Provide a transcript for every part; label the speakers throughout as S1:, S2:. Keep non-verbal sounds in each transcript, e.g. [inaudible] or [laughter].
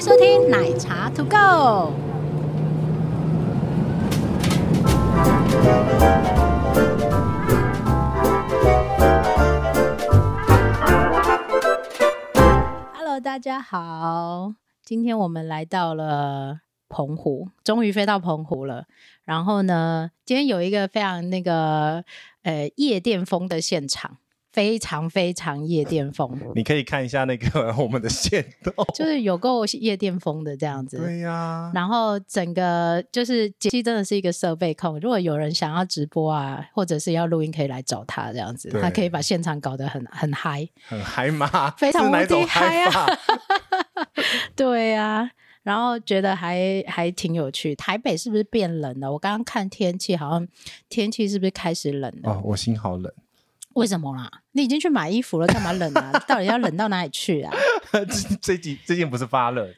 S1: 收听奶茶 To Go。Hello，大家好，今天我们来到了澎湖，终于飞到澎湖了。然后呢，今天有一个非常那个呃夜店风的现场，非常非常夜店风，
S2: 你可以看一下那个 [laughs] 我们的线动。
S1: 就是有够夜店风的这样子。
S2: 对呀、
S1: 然后整个就是杰西真的是一个设备控，如果有人想要直播啊，或者是要录音，可以来找他这样子，
S2: 对
S1: 他可以把现场搞得很很嗨。
S2: 很嗨吗？
S1: 非常
S2: 是哪
S1: 无
S2: 种
S1: 敌嗨啊 [laughs]
S2: 法？
S1: 对啊，然后觉得还还挺有趣。台北是不是变冷了？我刚刚看天气，好像天气是不是开始冷了？
S2: 哦，我心好冷， [laughs]
S1: 为什么啦？你已经去买衣服了，干嘛冷啊？ [laughs] 到底要冷到哪里去啊？
S2: 这这集最近不是发热的。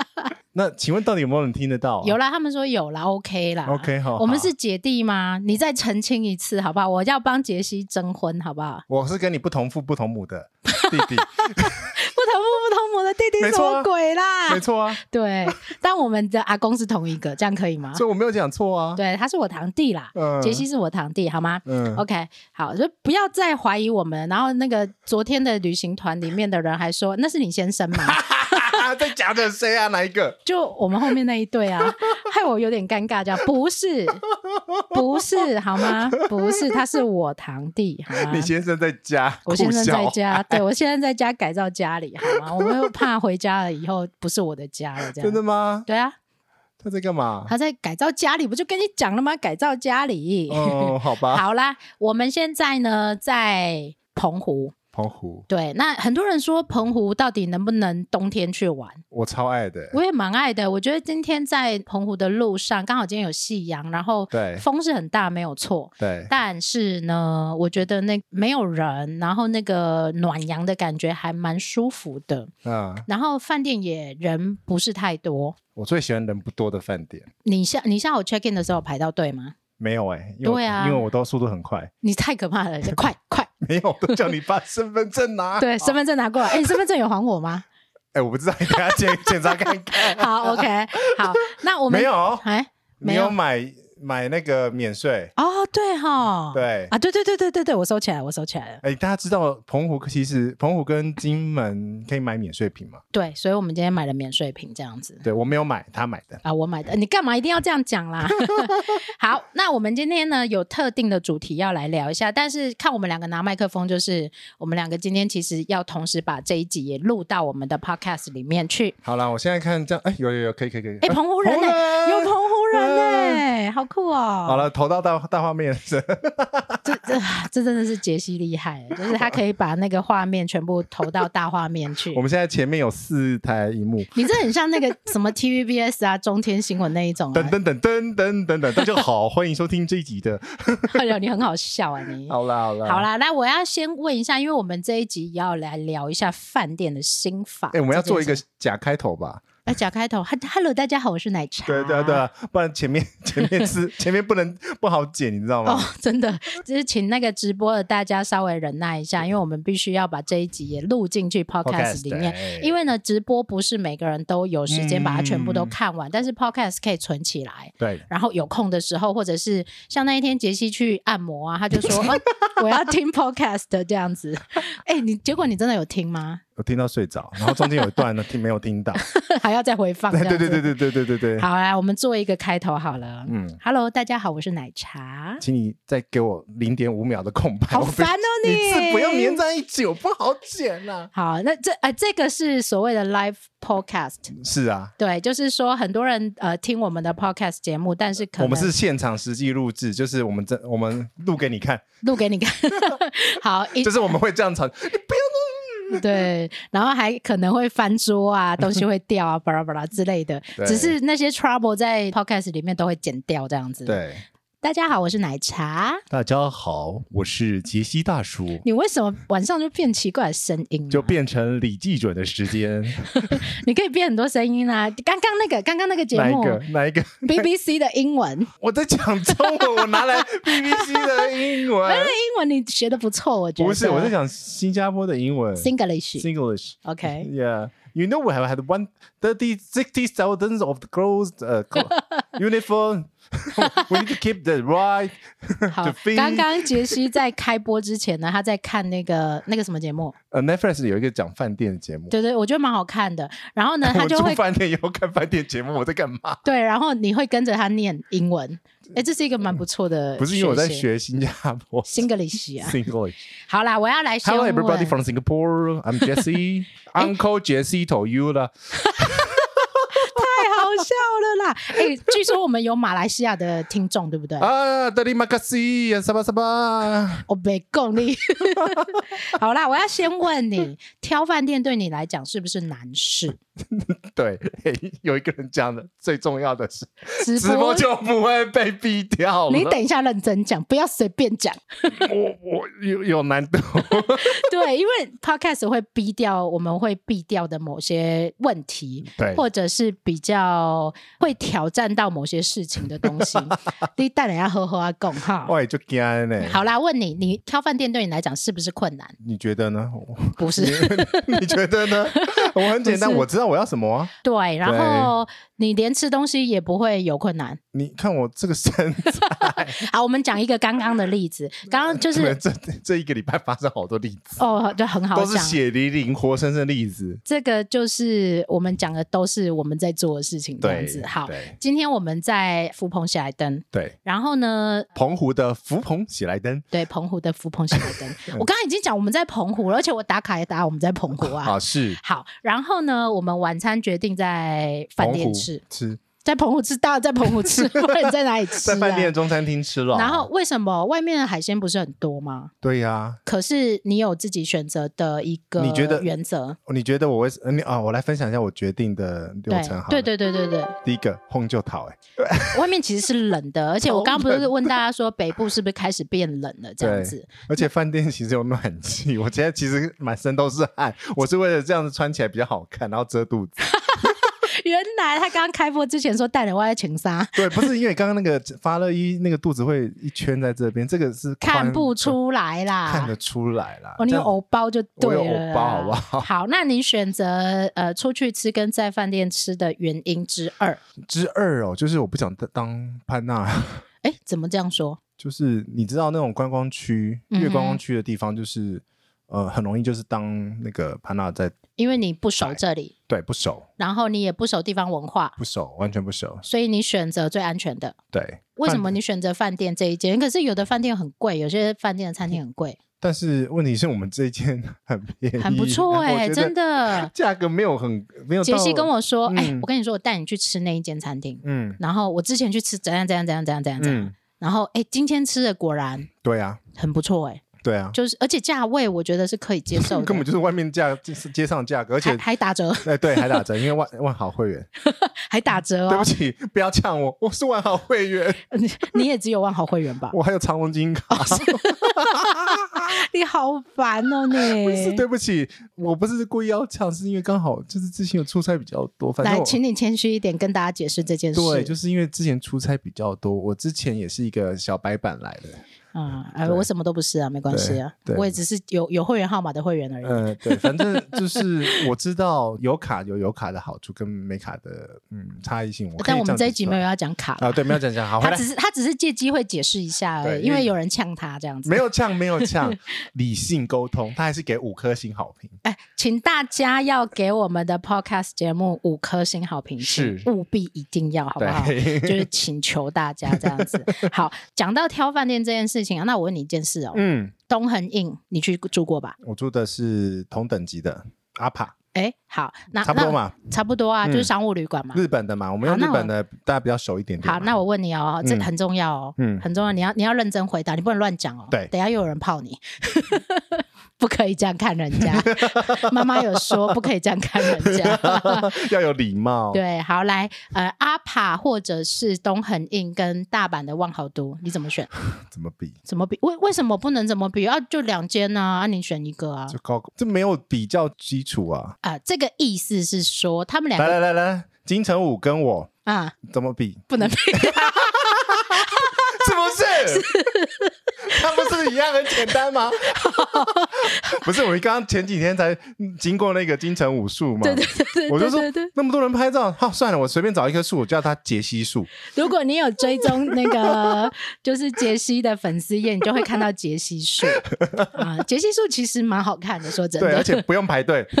S2: [laughs] 那请问到底有没有人听得到、啊
S1: 有啦，他们说有啦，OK 啦
S2: 哦 OK，好
S1: 我们
S2: 好
S1: 是姐弟吗？你再澄清一次好不好？我要帮杰西征婚好不好？
S2: 我是跟你不同父不同母的弟
S1: [laughs] 不
S2: 弟，
S1: 同父不同母的弟弟
S2: 没
S1: 什
S2: 错
S1: 么
S2: 啊
S1: 鬼啦？[laughs]
S2: 没错啊，
S1: 对，但我们的阿公是同一个，这样可以吗？
S2: 所以我没有讲错啊。
S1: 对，他是我堂弟啦，
S2: 嗯
S1: 杰西，是我堂弟，好吗？
S2: 嗯
S1: OK，好，就不要再怀疑我们。然后那个昨天的旅行团里面的人还说那是你先
S2: [laughs]
S1: 生吗？
S2: [laughs] 在讲的谁啊？哪一个？
S1: 就我们后面那一对啊，害我有点尴尬，这样不
S2: [laughs]
S1: 是，不是好吗？不是，他是我堂弟，好吗
S2: 你？先生在家，
S1: 啊我先生在
S2: 哭笑，
S1: 家，对我现在在家改造家里，好吗？我们又怕回家了以后不是我的家了，这
S2: 真的
S1: 样。
S2: 吗？
S1: 对啊，
S2: 他在干嘛？
S1: 他在改造家里，不就跟你讲了吗？改造家里。
S2: 哦，好
S1: [laughs]
S2: 吧，
S1: 好啦，我们现在呢在澎湖。
S2: 澎湖，
S1: 对，那很多人说澎湖到底能不能冬天去玩？
S2: 我超爱的。
S1: 我也蛮爱的。我觉得今天在澎湖的路上，刚好今天有夕阳，然后
S2: 对
S1: 风是很大，没有错。
S2: 对，
S1: 但是呢，我觉得那没有人，然后那个暖阳的感觉还蛮舒服的。
S2: 嗯，
S1: 然后饭店也人不是太多。
S2: 我最喜欢人不多的饭店。
S1: 你下你下午 check in 的时候有排到队吗？
S2: 没有哎、因为我
S1: 对啊
S2: 因为我都速度很快，
S1: 你太可怕 [laughs] 了！快快，
S2: 没有，我都叫你把身份证拿。
S1: [laughs] 对，身份证拿过来。哎、你身份证有还我吗？
S2: 哎、我不知道，你等下检检查看
S1: [laughs]
S2: 看。
S1: 好，OK，好，那我们
S2: 没有，
S1: 哎，没
S2: 你
S1: 有
S2: 有买买那个免税？
S1: 哦，对哈，
S2: 对
S1: 啊，对对对对对对，我收起来，我收起来了。
S2: 哎、大家知道澎湖其实澎湖跟金门可以买免税品吗？
S1: 对，所以我们今天买了免税品这样子
S2: 对我没有买，他买的。
S1: 啊，我买的，你干嘛一定要这样讲啦？ [laughs] 好，那我们今天呢有特定的主题要来聊一下，但是看我们两个拿麦克风，就是我们两个今天其实要同时把这一集也录到我们的 podcast 里面去。
S2: 好啦，我现在看这样，哎、有有有，可以可以可以。
S1: 哎，
S2: 哎
S1: 澎湖人呢、有澎湖人呢、好酷哦！
S2: 嗯好了，投到大大画面是
S1: 这这 [laughs] 这真的是杰西厉害，欸就是他可以把那个画面全部投到大画面去
S2: 我。们现在前面有四台荧幕，
S1: 你这很像那个什么 TVBS 啊、中天新闻那一种、
S2: 噔
S1: 啊。
S2: 噔噔噔噔噔噔，大家好，欢迎收听这一集的。
S1: 哎呦，你很好笑啊你。
S2: 好啦好啦，
S1: 好。啦，那我要先问一下，因为我们这一集要来聊一下饭店的心法。
S2: 哎、我们要做一
S1: 这件
S2: 个
S1: 事，
S2: 假开头吧。
S1: 哎，假开头哈，Hello，大家好，我是奶茶。
S2: 对对啊对啊，不
S1: [laughs]
S2: 然前面前面是前面不能不好剪，你知道吗？
S1: 哦，真的，就是请那个直播的大家稍微忍耐一下，因为我们必须要把这一集也录进去 podcast 里面。
S2: 面
S1: 因
S2: 为
S1: 为呢，直播不是每个人都有时间把它全部都
S2: 嗯
S1: 看完，但是 podcast 可以存起来。
S2: 对
S1: 然后有空的时候，或者是像那一天杰西去按摩啊，他就说、哦、我要听 podcast 这样子。哎、你结果你真的有听吗？
S2: 我听到睡着，然后中间有一
S1: [laughs]
S2: 段呢听没有听到，
S1: 还要再回放？
S2: 对对对对。对对对对对，
S1: 好啦，我们做一个开头好了。
S2: 嗯，
S1: Hello，大家好，我是奶
S2: [laughs]
S1: 茶。
S2: 请你再给我零点五秒的空白，
S1: 好
S2: 我不
S1: 烦哦
S2: 你
S1: 你
S2: 字不要粘在一起，我不好剪啊啦。
S1: 好，那这呃，这个是所谓的 live podcast。
S2: 是啊，
S1: 对，就是说很多人呃听我们的 podcast 节目，但是可能
S2: 我们是现场实际录制，就是我们这我们录给你
S1: [laughs]
S2: 看，
S1: 录给
S2: [laughs]
S1: 你看。好，一
S2: 就是我们会这
S1: [laughs]
S2: 样吵，
S1: 对，然后还可能会翻桌啊，东西会掉啊，巴拉巴拉之类的。
S2: 对
S1: 只是那些 trouble 在 podcast 里面都会剪掉这样子。，
S2: 对，
S1: 大家好，我是奶茶。
S2: 大家好，我是杰西大叔，
S1: 你为什么晚上就变奇怪的声音、啊？
S2: 就变成李记准的时间，
S1: 你可以变很多声音啊！刚刚那个，刚刚那个 [laughs] 节
S2: 哪一
S1: 目
S2: 个？哪一个？
S1: BBC 的英
S2: [laughs]
S1: 文，
S2: 我在讲中文，我拿来 BBC 的英文，
S1: 哎英文你学的不错， [laughs] 我觉得。
S2: 啊不是，我在讲新加坡的英文
S1: Singlish。
S2: English。 [laughs]
S1: OK，
S2: Yeah, you know we have had one thirty sixty thousands of the girls uh,
S1: [laughs]
S2: co- uniform. [laughs] we need to keep the right
S1: 好
S2: to，feed [laughs]
S1: 刚刚杰西在开播之前呢，他在看那个那个什么节目，
S2: 呃 Uh, Netflix 有一个讲饭店的节目，
S1: 对对，我觉得蛮好看的。然后
S2: [laughs]
S1: 呢，他
S2: 我
S1: 就
S2: 住
S1: 会
S2: 饭店以后看饭店节目，我在
S1: [laughs]
S2: 干嘛？
S1: 对，然后你会跟着他念英文，哎，这是一个蛮不错的。
S2: 嗯不是因为我在学新加坡
S1: Singlish 啊。
S2: English.
S1: 好啦，我要来先
S2: Hello
S1: 问
S2: everybody from Singapore. I'm
S1: [laughs]
S2: Jesse. Uncle Jesse to you 了。
S1: 太好笑了
S2: [laughs]
S1: 啦！哎、据说我们有马来西亚的听众，对不对？
S2: 啊，德里马卡西，沙巴沙巴。
S1: 我没够力。好啦，我要先问你，
S2: [laughs]
S1: 挑饭店对你来讲是不是难事？
S2: [laughs] 对，嘿有一个人讲的最重要的是，
S1: 直
S2: 直播就不会被逼掉了。
S1: 你等一下认真讲，不要随便讲。
S2: 我我有有难
S1: [laughs]
S2: 度，
S1: 对，因为 podcast 会逼掉，我们会避掉的某些问题，
S2: 对
S1: 或者是比较会挑战到某些事情的东
S2: [laughs]
S1: 西。你带人家呵呵啊，共哈。
S2: 我也就惊呢。
S1: 好啦，问你，你挑饭店对你来讲是不是困难？
S2: 你觉得呢？ [laughs] 我
S1: 不是，
S2: 你觉得
S1: [laughs]
S2: 呢？我很简单，
S1: 不是
S2: 我知道我要什么啊。
S1: 对，然后你连吃东西也不会有困难。
S2: 你看我这个
S1: [laughs]
S2: 身材，
S1: 好，我们讲一个刚刚的例子，刚刚就
S2: 你
S1: 是
S2: 们这这一个礼拜发生好多例子，
S1: 哦，就很好
S2: 都是
S1: 讲。
S2: 血淋淋、活生生的例子。
S1: 这个就是我们讲的都是我们在做的事情，这样
S2: 对
S1: 子。，好，
S2: 对
S1: 今天我们在福朋喜来登，
S2: 对，
S1: 然后呢，
S2: 澎湖的福朋喜来登
S1: 对澎湖的福朋喜来
S2: [laughs] 嗯
S1: 登，我刚刚已经讲我们在澎湖了，而且我打卡也打我们在澎湖啊。
S2: 啊，是
S1: 好，然后呢，我们晚餐决定在饭
S2: 澎
S1: 店
S2: 湖
S1: 吃，
S2: 吃，
S1: 在澎湖吃，当然在澎湖吃，不然你在哪里吃、啊？
S2: [laughs] 在饭店的中餐厅吃了啊。
S1: 然后为什么外面的海鲜不是很多吗？
S2: 对呀，
S1: 可是你有自己选择的一个
S2: 你觉得
S1: 原则，
S2: 你觉得我为呃你啊？我来分享一下我决定的流
S1: 对
S2: 程好了。
S1: 对对对对对，
S2: 第一个烘就逃，哎，
S1: 外面其实是冷的，而且我刚
S2: [laughs]
S1: 刚不
S2: 超
S1: 是
S2: 冷
S1: 问大家说北部是不是开始变冷了这样子？
S2: 而且饭店其实有暖气，我现在其实满身都是汗，我是为了这样子穿起来比较好看，然后遮肚子。
S1: 原来他刚刚开播之前说带人外在情纱，
S2: 对，不是因为刚刚那个发热衣那个肚子会一圈在这边，这个是宽
S1: 看不，出来
S2: 看
S1: 啦
S2: 得。出来啦。
S1: 哦，你
S2: 这
S1: 有
S2: 样
S1: 藕包就对了啦，
S2: 我有藕包好不好
S1: 那你选择呃出去吃跟在饭店吃的原因之二，
S2: 之二哦，就是我不想当当潘娜， [laughs]
S1: 哎，怎么这样说？
S2: 就是你知道那种观光区、
S1: 嗯哼
S2: 越观光区的地方，就是呃很容易就是当那个潘娜在
S1: 因为你不熟这里，
S2: 对不熟
S1: 然后你也不熟地方文化，
S2: 不熟完全不熟，
S1: 所以你选择最安全的。
S2: 对
S1: 为什
S2: 饭
S1: 么你选择饭店这一间？可是有的饭店很贵，有些饭店的餐厅很
S2: [laughs]
S1: 贵，
S2: 但是问题是我们这一间 [laughs] 很便宜，
S1: 很不错哎、
S2: [laughs] 我觉得
S1: 真的。
S2: 价格没有很没 [laughs] 有。
S1: 杰西跟
S2: 我，
S1: 我说：“哎、
S2: 嗯
S1: 我跟你说，我带你去吃那一间餐厅。
S2: 嗯
S1: 然后我之前去吃怎样怎样怎样怎样怎样怎样。
S2: 嗯，
S1: 然后哎、今天吃的果然
S2: 对啊，
S1: 很不错哎、
S2: 对啊，
S1: 就是而且价位我觉得是可以接受的，
S2: 根本就是外面价就是街上价格， [laughs] 而且
S1: 还 [laughs] 还打折，
S2: 哎对还打折，因为万万豪会
S1: [laughs]
S2: 员，
S1: 还打折
S2: 对不
S1: 哦。
S2: 起，不要呛我，我是万豪会员，
S1: 你也只有万豪会员吧？
S2: 我还有长隆金卡，
S1: 哦
S2: [laughs]
S1: 你好烦哦
S2: 不是
S1: 你。
S2: 对不起，我不是故意要呛，是因为刚好就是之前有出差比较多，反正
S1: 来，
S2: 我
S1: 请你谦虚一点，跟大家解释这件事。
S2: 对，就是因为之前出差比较多，我之前也是一个小白板来的，
S1: 啊、呃，
S2: 对
S1: 我什么都不是啊，没关系啊，
S2: 对对
S1: 我也只是有有会员号码的会员而已。
S2: 嗯，对，反正就是我知道有卡有有卡的好处跟没卡的嗯差异性，我可以
S1: 但我们
S2: 这
S1: 这
S2: 样
S1: 一
S2: 子
S1: 集
S2: 说
S1: 没有要讲卡啦
S2: 啊，对，没有讲讲好，回
S1: 他
S2: 来
S1: 只是他只是借机会解释一下而
S2: 对
S1: 已，因
S2: 因为
S1: 为有人呛他这样子。
S2: 没有呛，没有
S1: [laughs]
S2: 呛，理性沟通，他还是给五颗星好评。
S1: 哎，请大家要给我们的 podcast 节目五颗星好评，
S2: 是
S1: 请务必一定要，好不
S2: [laughs]
S1: 好？
S2: 对
S1: 就是请求大家这样子。好，讲到挑饭店这件事情啊，那我问你一件事哦，
S2: 嗯，
S1: 东恒印你去住过吧？
S2: 我住的是同等级的阿帕，
S1: 哎，好，那
S2: 差不多
S1: 那
S2: 嘛，
S1: 差不多啊，就是
S2: 嗯
S1: 商务旅馆嘛。
S2: 日本的嘛，我们用
S1: 好那
S2: 日
S1: 我
S2: 本的，大家比较熟一点点嘛。
S1: 好，那我问你哦，这
S2: 嗯
S1: 很重要哦，
S2: 嗯
S1: 很重要，你要你要认真回答，你不能乱讲哦。 [laughs]
S2: 对
S1: 等一下又有人泡你。不可以这样看人
S2: [laughs]
S1: 家。妈妈有说不可以这样看人家。 [laughs]
S2: 要有礼貌。
S1: 对，好来，呃，阿帕或者是东恒印跟大阪的万豪都，你怎么选？
S2: 怎么比？
S1: 怎么比？为为什么不能怎么比？啊，就两间呢、啊，你选一个啊。
S2: 就高，这没有比较基础啊。
S1: 啊、这个意思是说他们两
S2: 来
S1: 个
S2: 来来来，金城武跟我
S1: 啊，
S2: 怎么比？
S1: 不能比。
S2: 是不 [laughs] 是？他不是一样很简单吗？ [laughs] 不是，我刚刚前几天才嗯经过那个金城武术嘛，
S1: 对对对对，
S2: [laughs] 我就说
S1: 对对对
S2: 那么多人拍照，好、算了，我随便找一棵树，我叫它杰西树。
S1: 如果你有追踪那个 [laughs] 就是杰西的粉丝页，你就会看到杰西
S2: [laughs]
S1: 树啊、杰西树其实蛮好看的，说真
S2: 对，而
S1: 的。
S2: 且不用排队。
S1: [laughs]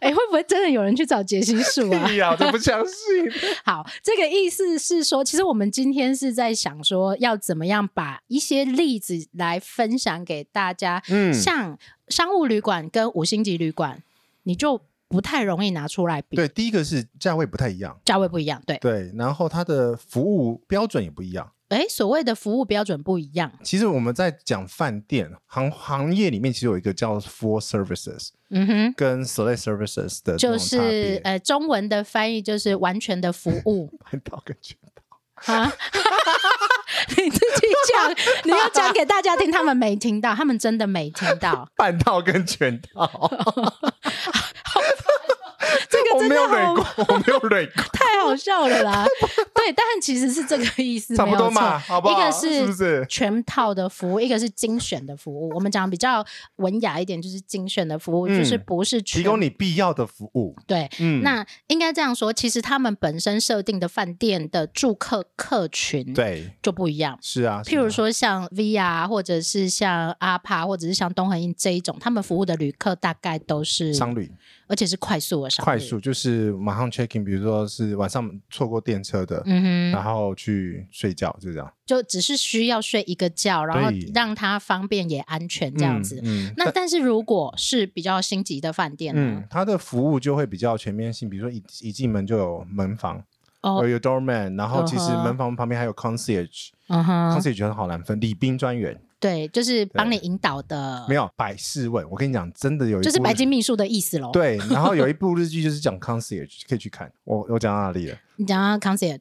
S1: 哎、会不会真的有人去找杰西树啊？
S2: 哎呀，我都不相信。
S1: [laughs] 好，这个意思是说，其实我们今天是在想说，要怎么样把一些例子来分享给大家。
S2: 嗯
S1: 像商务旅馆跟五星级旅馆，你就不太容易拿出来比，
S2: 对，第一个是价位不太一样，
S1: 价位不一样。对，
S2: 对，然后它的服务标准也不一样。
S1: 哎，所谓的服务标准不一样。
S2: 其实我们在讲饭店行行业里面，其实有一个叫 full services
S1: 嗯哼。
S2: 跟 select services 的这
S1: 就
S2: 种差
S1: 是
S2: 别。
S1: 呃，中文的翻译就是完全的服务 [laughs]
S2: 半岛跟全岛，。
S1: 啊。你自己讲，你要讲给大家听，他们没听到，他们真的没听到
S2: 半岛跟全 [laughs] 岛，
S1: 这个
S2: 我
S1: 真
S2: 没有
S1: 的
S2: 蕊
S1: 好
S2: 过，我没有蕊
S1: [laughs]
S2: 过，
S1: 太好笑了
S2: [laughs]
S1: 啦。对，但其实是这个意思，
S2: 差不多
S1: 没
S2: 嘛，
S1: 有错
S2: 好不好？
S1: 一个
S2: 是不是？
S1: 全套的服务，一个是精选的服
S2: [laughs]
S1: 务。我们讲比较文雅一点，就是精选的服务，
S2: 嗯
S1: 就是不是全
S2: 提供你必要的服务，
S1: 对
S2: 嗯，
S1: 那应该这样说，其实他们本身设定的饭店的住客客群
S2: 嗯对，
S1: 就不一样。
S2: 是啊，
S1: 譬如
S2: 是啊，
S1: 说像 VR，或者是像阿帕，或者是像东恒印这一种，他们服务的旅客大概都是，
S2: 商旅
S1: 而且是快速的商旅
S2: 快，速就是马上 check in，比如说是晚上错过电车的，
S1: 嗯哼，
S2: 然后去睡觉，就这样，
S1: 就只是需要睡一个觉，然后
S2: 对
S1: 让它方便也安全这样子。
S2: 嗯，嗯
S1: 那但是如果是比较星级的饭店呢？
S2: 嗯，它的服务就会比较全面性，比如说一一进门就有门房，
S1: 哦
S2: 有，有 doorman，然后其实
S1: 嗯哼
S2: 门房旁边还有 concierge，concierge
S1: 嗯哼，
S2: 很好难分，礼宾专员
S1: 对，就是帮你引导的，
S2: 没有百事问，我跟你讲，真的有一
S1: 就是
S2: 部
S1: 白金秘书的意思喽。，
S2: 对，然后有一部日剧就是讲 concierge，可以去看。我我讲到哪
S1: [laughs]
S2: 里了？ [laughs]
S1: 你讲啊到 concert，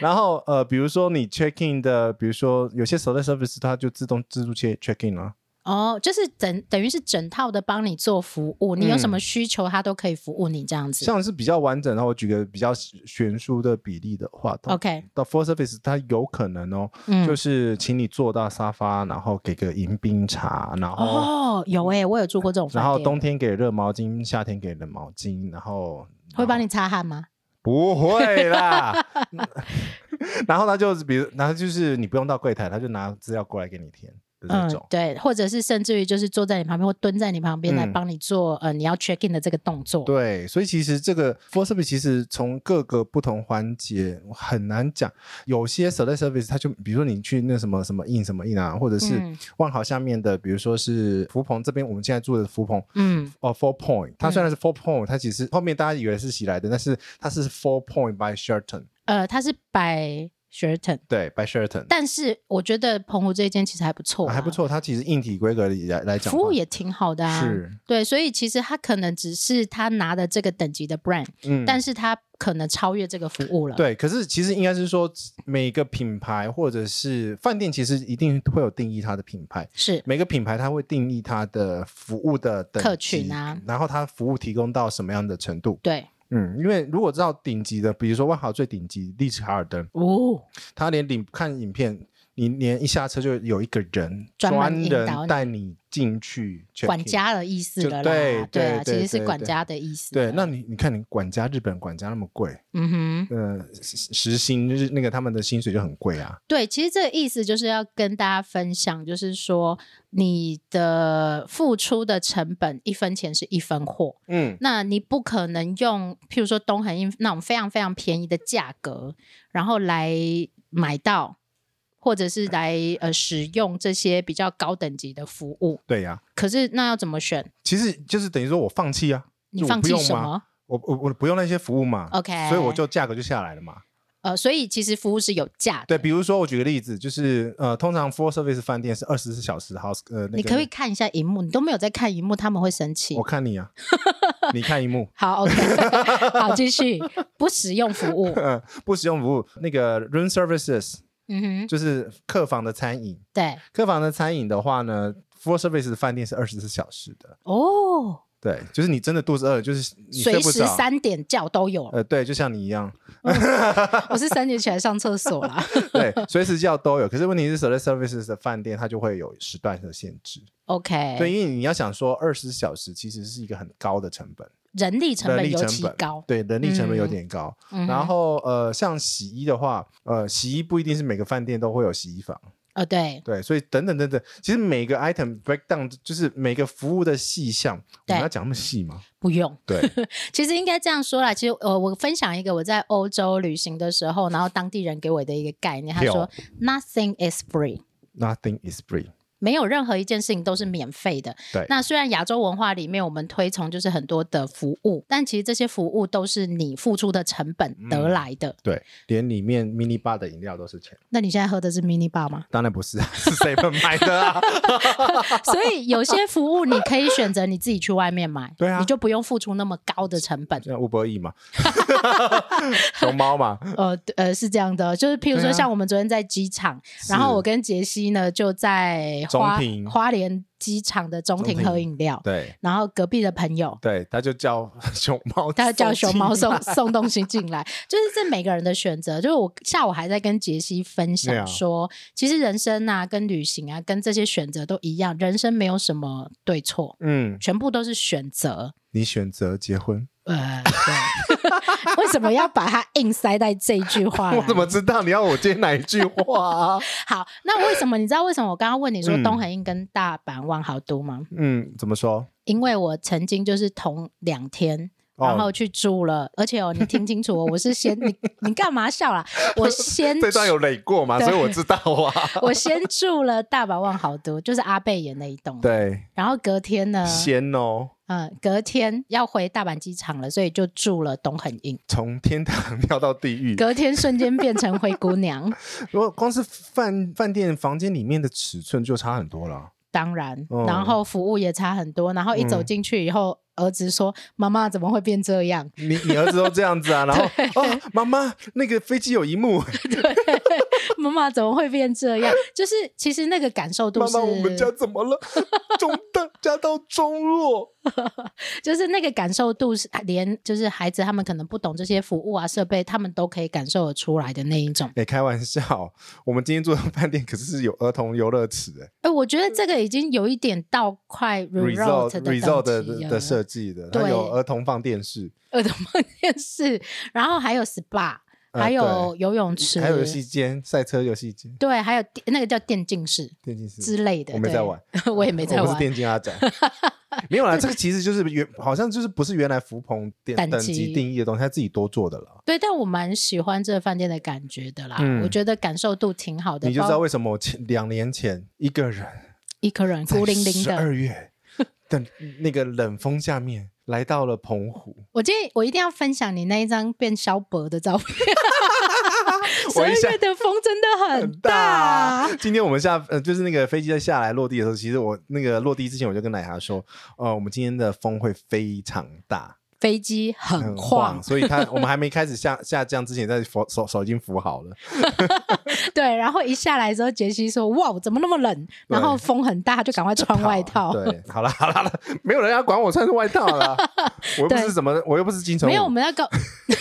S2: 然后呃，比如说你 check in 的，比如说有些 select service 它就自动自助 check check in 啊了、
S1: 哦，就是整等于是整套的帮你做服务，你有什么需求，他都可以服务你这样子。
S2: 嗯像是比较完整的话，我举个比较悬殊的比例的话，到
S1: OK，
S2: 到 full service 它有可能哦，
S1: 嗯，
S2: 就是请你坐到沙发，然后给个迎宾茶，然后、
S1: 哦，有哎、我有住过这种饭
S2: 然
S1: 店，
S2: 后冬天给热毛巾，夏天给冷毛巾，然后
S1: 会帮你擦汗吗？
S2: [laughs] 不会啦。 [laughs] 然后他就是，比如，然后就是你不用到柜台，他就拿资料过来给你填的那
S1: 嗯
S2: 种，。
S1: 对，或者是甚至于就是坐在你旁边或蹲在你旁边
S2: 嗯
S1: 来帮你做、呃你要 check in 的这个动作。
S2: 对，所以其实这个 full service 其实从各个不同环节很难讲，有些 select service 它就比如说你去那什么什么 in 什么 in 啊，或者是
S1: 嗯
S2: 万豪下面的，比如说是福朋这边我们现在住的福朋，
S1: 嗯，
S2: 哦，Four Point，它虽然是 Four Point，它其实后面大家以为是喜来登，但是它是 Four Point by Sheraton，
S1: 呃，它是摆 Sheraton，
S2: 对，by Sheraton，
S1: 但是我觉得澎湖这一间其实还不错、
S2: 啊还不。错，它其实硬体规格里来来讲
S1: 服
S2: 的话，
S1: 务也挺好的啊，
S2: 是，
S1: 对，所以其实他可能只是他拿的这个等级的 brand，、
S2: 嗯，
S1: 但是他可能超越这个服务了。，
S2: 对，可是其实应该是说每个品牌或者是饭店，其实一定会有定义它的品牌。
S1: 是
S2: 每个品牌它会定义它的服务的等
S1: 客
S2: 级
S1: 群啊，
S2: 然后它服务提供到什么样的程度？
S1: 对，
S2: 嗯，因为如果知道顶级的，比如说万豪最顶级丽查尔登，
S1: 哦，
S2: 他连领看影片，你连一下车就有一个人
S1: 专门引导你
S2: 人带你进去 check in
S1: 管。家的意思
S2: 就
S1: 了啦，
S2: 对
S1: 啊，
S2: 对
S1: 其
S2: 对
S1: 实是
S2: 对
S1: 管
S2: 对
S1: 家的意思。啊
S2: 对，那你你看，你管家日本管家那么贵，
S1: 嗯哼。
S2: 呃，时时薪就是那个他们的薪水就很贵啊。
S1: 对，其实这个意思就是要跟大家分享，就是说你的付出的成本一分钱是一分货，
S2: 嗯，
S1: 那你不可能用譬如说东恒印那种非常非常便宜的价格，然后来买到或者是来呃使用这些比较高等级的服务。
S2: 对呀、
S1: 可是那要怎么选？
S2: 其实就是等于说我放弃啊，
S1: 你
S2: 就我
S1: 放
S2: 不
S1: 弃
S2: 用
S1: 什
S2: 吗？
S1: 么
S2: 我我我不用那些服务嘛
S1: OK
S2: 所以我就价格就下来了嘛。
S1: 呃，所以其实服务是有价的。
S2: 对，比如说我举个例子，就是呃，通常 full service 饭店是二十四小时 house，呃，那个
S1: 你可不可以看一下荧幕？你都没有在看荧幕，他们会生气
S2: 我。看
S1: [laughs]
S2: 你啊，你看一幕。
S1: 好，OK，好， [laughs] 继续。不使用服务，
S2: 呃不使用服务，那个 room services
S1: 嗯哼，
S2: 就是客房的餐饮，
S1: 对，
S2: 客房的餐饮的话呢，full service 的饭店是二十四小时的，
S1: 哦，
S2: 对，就是你真的肚子饿，就是你睡
S1: 随
S2: 不
S1: 时
S2: 着，
S1: 三点叫都有。
S2: 呃，对，就像你一样，
S1: 我是三点起来上厕所啦。 [laughs]
S2: 对，随时叫都有。可是问题是 select services 的饭店它就会有时段的限制，
S1: OK，
S2: 对，因为你要想说二十小时其实是一个很高的成本，
S1: 人力成
S2: 人
S1: 本
S2: 力
S1: 尤
S2: 成
S1: 其
S2: 本
S1: 高。
S2: 对，人力成本有
S1: 嗯
S2: 点高。
S1: 嗯哼
S2: 然后呃，像洗衣的话，呃，洗衣不一定是每个饭店都会有洗衣房。
S1: 呃，对，
S2: 对，所以等等等等，其实每个 item breakdown 就是每个服务的细项，我
S1: 对
S2: 们要讲那么
S1: [laughs]
S2: 细吗？
S1: 不用。
S2: 对，
S1: 其实应该这样说啦。其实呃，我分享一个我在欧洲旅行的时候，然后当地人给我的一个概念，他说 “Nothing is free”。
S2: Nothing is free。
S1: 没有任何一件事情都是免费的。
S2: 对
S1: 那虽然亚洲文化里面我们推崇就是很多的服务，但其实这些服务都是你付出的成本得来的。
S2: 对，连里面 mini bar 的饮料都是钱，
S1: 那你现在喝的是 mini bar
S2: [laughs]
S1: 吗？
S2: 当然不是，啊是谁们买的啊？
S1: 所以有些服务你可以选择你自己去外面买，
S2: 对啊
S1: 你就不用付出那么高的成本。
S2: 像 Uber E 嘛，熊
S1: [laughs]
S2: 猫嘛，
S1: 呃对呃，是这样的，就是譬如
S2: 对
S1: 说
S2: 啊
S1: 像我们昨天在机场，然后我跟杰西呢就在花
S2: 中庭
S1: 花莲机场的中
S2: 中
S1: 庭
S2: 庭
S1: 喝饮料，
S2: 对
S1: 然后隔壁的朋友。
S2: 对，他就
S1: [laughs]
S2: 叫熊猫，
S1: 他叫熊猫
S2: [laughs]
S1: 送送东西进来，就是这每个人的选择。就是我下午还在跟杰西分
S2: 对啊
S1: 享说，其实人生啊，跟旅行啊，跟这些选择都一样，人生没有什么对错，
S2: 嗯，
S1: 全部都是选择。
S2: 你选择结婚，
S1: 呃，对， [laughs] 为什么要把它硬塞在这一句话来？
S2: [laughs] 我怎么知道你要我接哪一句话啊？
S1: 好？那为什么你知道为什么我刚刚问你说
S2: 嗯
S1: 东横印跟大阪万豪都吗？
S2: 嗯，怎么说？
S1: 因为我曾经就是同两天。
S2: 哦
S1: 然后去住了，而且哦，你听清楚哦，我是
S2: [laughs]
S1: 先你你干嘛笑啦？我先
S2: 这段有累过嘛，所以
S1: 嗯对
S2: 我知道
S1: [laughs]
S2: 啊。
S1: 我先住了大阪万豪都，就是阿贝演那一栋。
S2: 对，
S1: 然后隔天呢，
S2: 鲜哦，
S1: 嗯，隔天要回大阪机场了，所以就住了东横印。
S2: 从天堂 [laughs] 掉到地狱，
S1: 隔天瞬间变成灰姑娘， [laughs]
S2: 如果光是饭饭店房间里面的尺寸就差很多了。啊
S1: 当然，
S2: 哦
S1: 然后服务也差很多。然后一走
S2: 嗯
S1: 进去以后，儿子说：“妈妈怎么会变这样？
S2: 你你儿子都这样子啊，然后哦，妈妈那个飞机有一幕，
S1: 妈妈怎么会变这样？”就是其实那个感受度
S2: 妈
S1: 是，
S2: 妈我们家怎
S1: [laughs]
S2: 么了？中大家到中落，
S1: 就是那个感受度是啊连就是孩子他们可能不懂这些服务啊设备，他们都可以感受得出来的那一种。
S2: 哎、开玩笑，我们今天住的饭店可是有儿童游乐池、哎
S1: 哎、我觉得这个已经有一点到快
S2: result
S1: result 的
S2: result 的
S1: 等级
S2: 的
S1: 了
S2: 的设计的，它
S1: 对
S2: 有儿童放电视，
S1: 儿童梦电视，然后还有 SPA，、
S2: 呃
S1: 还有游泳池，
S2: 还有游戏间、赛车游戏间、
S1: 对，还有电那个叫电竞室
S2: 电竞室，
S1: 之类的。
S2: 嗯我没
S1: 对 [laughs]
S2: 在玩，
S1: 我也没在
S2: 我不是
S1: 玩。
S2: 电竞
S1: [laughs]
S2: 阿宅。没有啦，这个其实就是原好像就是不是原来福朋电
S1: 等级
S2: 等级定义的东西，他自己多做的了。
S1: 对，但我蛮喜欢这个饭店的感觉的啦，
S2: 嗯
S1: 我觉得感受度挺好的。
S2: 你就知道
S1: 包
S2: 为什么我前两年前一个人
S1: 一个人
S2: 在
S1: 孤零零
S2: 十
S1: 的。
S2: 二月的那个冷风下面来到了澎湖，
S1: 我建议我一定要分享你那一张变萧伯的照片， [laughs] 十
S2: [laughs] 我
S1: 二
S2: 一下啊
S1: 月的风真的很大。。
S2: 今天我们下呃，就是那个飞机在下来落地的时候，其实我那个落地之前我就跟奶茶说，呃，我们今天的风会非常大，
S1: [laughs] 飞机很晃，
S2: 所以它我们还没开始下下降之前，在扶手手已经扶好了。
S1: 对，然后一下来之后，杰西说：“哇，怎么那么冷？”然后风很大，他就赶快穿外套。
S2: 对，好了好了好了，没有人要管我穿外
S1: [laughs]
S2: 套了，我又不是什么，我又不是金城武。
S1: 没有，我们要
S2: [laughs]
S1: 告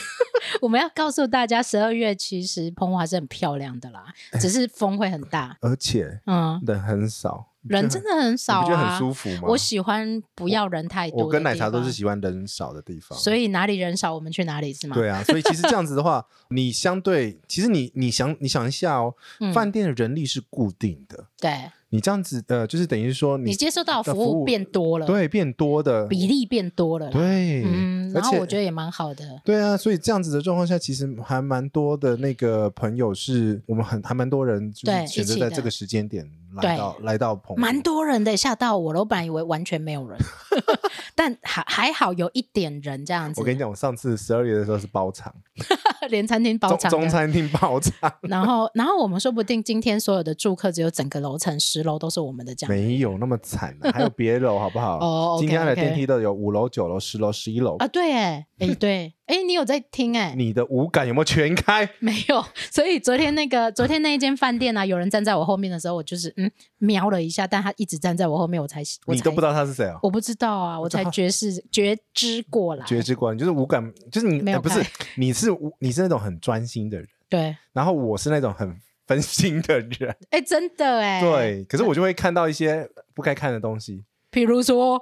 S1: [laughs] 我们要告诉大家，十二月其实澎湖还是很漂亮的啦，只是风会很大。
S2: 而且
S1: 嗯，
S2: 人很少，
S1: 人真的很少
S2: 你不觉得
S1: 啊
S2: 很，舒服吗？
S1: 我喜欢不要人太多。
S2: 我跟奶茶都是，喜欢人少的地方，
S1: 所以哪里人少，我们去哪里是吗？
S2: 对啊，所以其实这样子的话，你相对其实你你想你想一下哦，
S1: 嗯
S2: 饭店的人力是固定的，
S1: 对，
S2: 你这样子呃，就是等于说
S1: 你
S2: 你
S1: 接受到的
S2: 的
S1: 服
S2: 服务
S1: 务变多了，
S2: 对变多的
S1: 比例变多了啦。
S2: 对，
S1: 嗯，
S2: 而
S1: 然后
S2: 且
S1: 我觉得也蛮好的。
S2: 对啊，所以这样子的状况下，其实还蛮多的那个朋友是我们很还蛮多人就
S1: 对
S2: 是选择
S1: 一起
S2: 在
S1: 的
S2: 这个时间点来到来到澎湖，
S1: 蛮多人的，吓到我了。我本来以为完全没有人， [laughs] 但还还好有一点人这样子。
S2: 我跟你讲，我上次十二月的时候是包场，
S1: [laughs] 连餐厅包
S2: 中
S1: 场
S2: 中
S1: 的
S2: 餐厅包场，
S1: 然后，然后我们说不定今天所有的住客只有整个楼层十楼都是我们的这样。
S2: 没有那么惨、
S1: [laughs]
S2: 啊，还有别楼好不好？
S1: 哦，OK，OK
S2: 今天的电梯都有五楼、九楼、十楼、十一楼，
S1: 啊，对，哎，哎，对，哎，你有在听哎？
S2: 你的五感有没有全开？
S1: 没有，所以昨天那个昨天那一间饭店啊，有人站在我后面的时候，我就是嗯瞄了一下，但他一直站在我后面，我才我
S2: 你都不知
S1: 道，
S2: 道他是谁哦。
S1: 我不知道啊，我才觉是觉知过来，
S2: 觉知观就是无感，就是你
S1: 没有
S2: 呃不是你是无你是那种很专心的人，
S1: 对，
S2: 然后我是那种很分心的人，
S1: 哎，真的哎，，
S2: 对。可是我就会看到一些不该看的东西，
S1: 比如说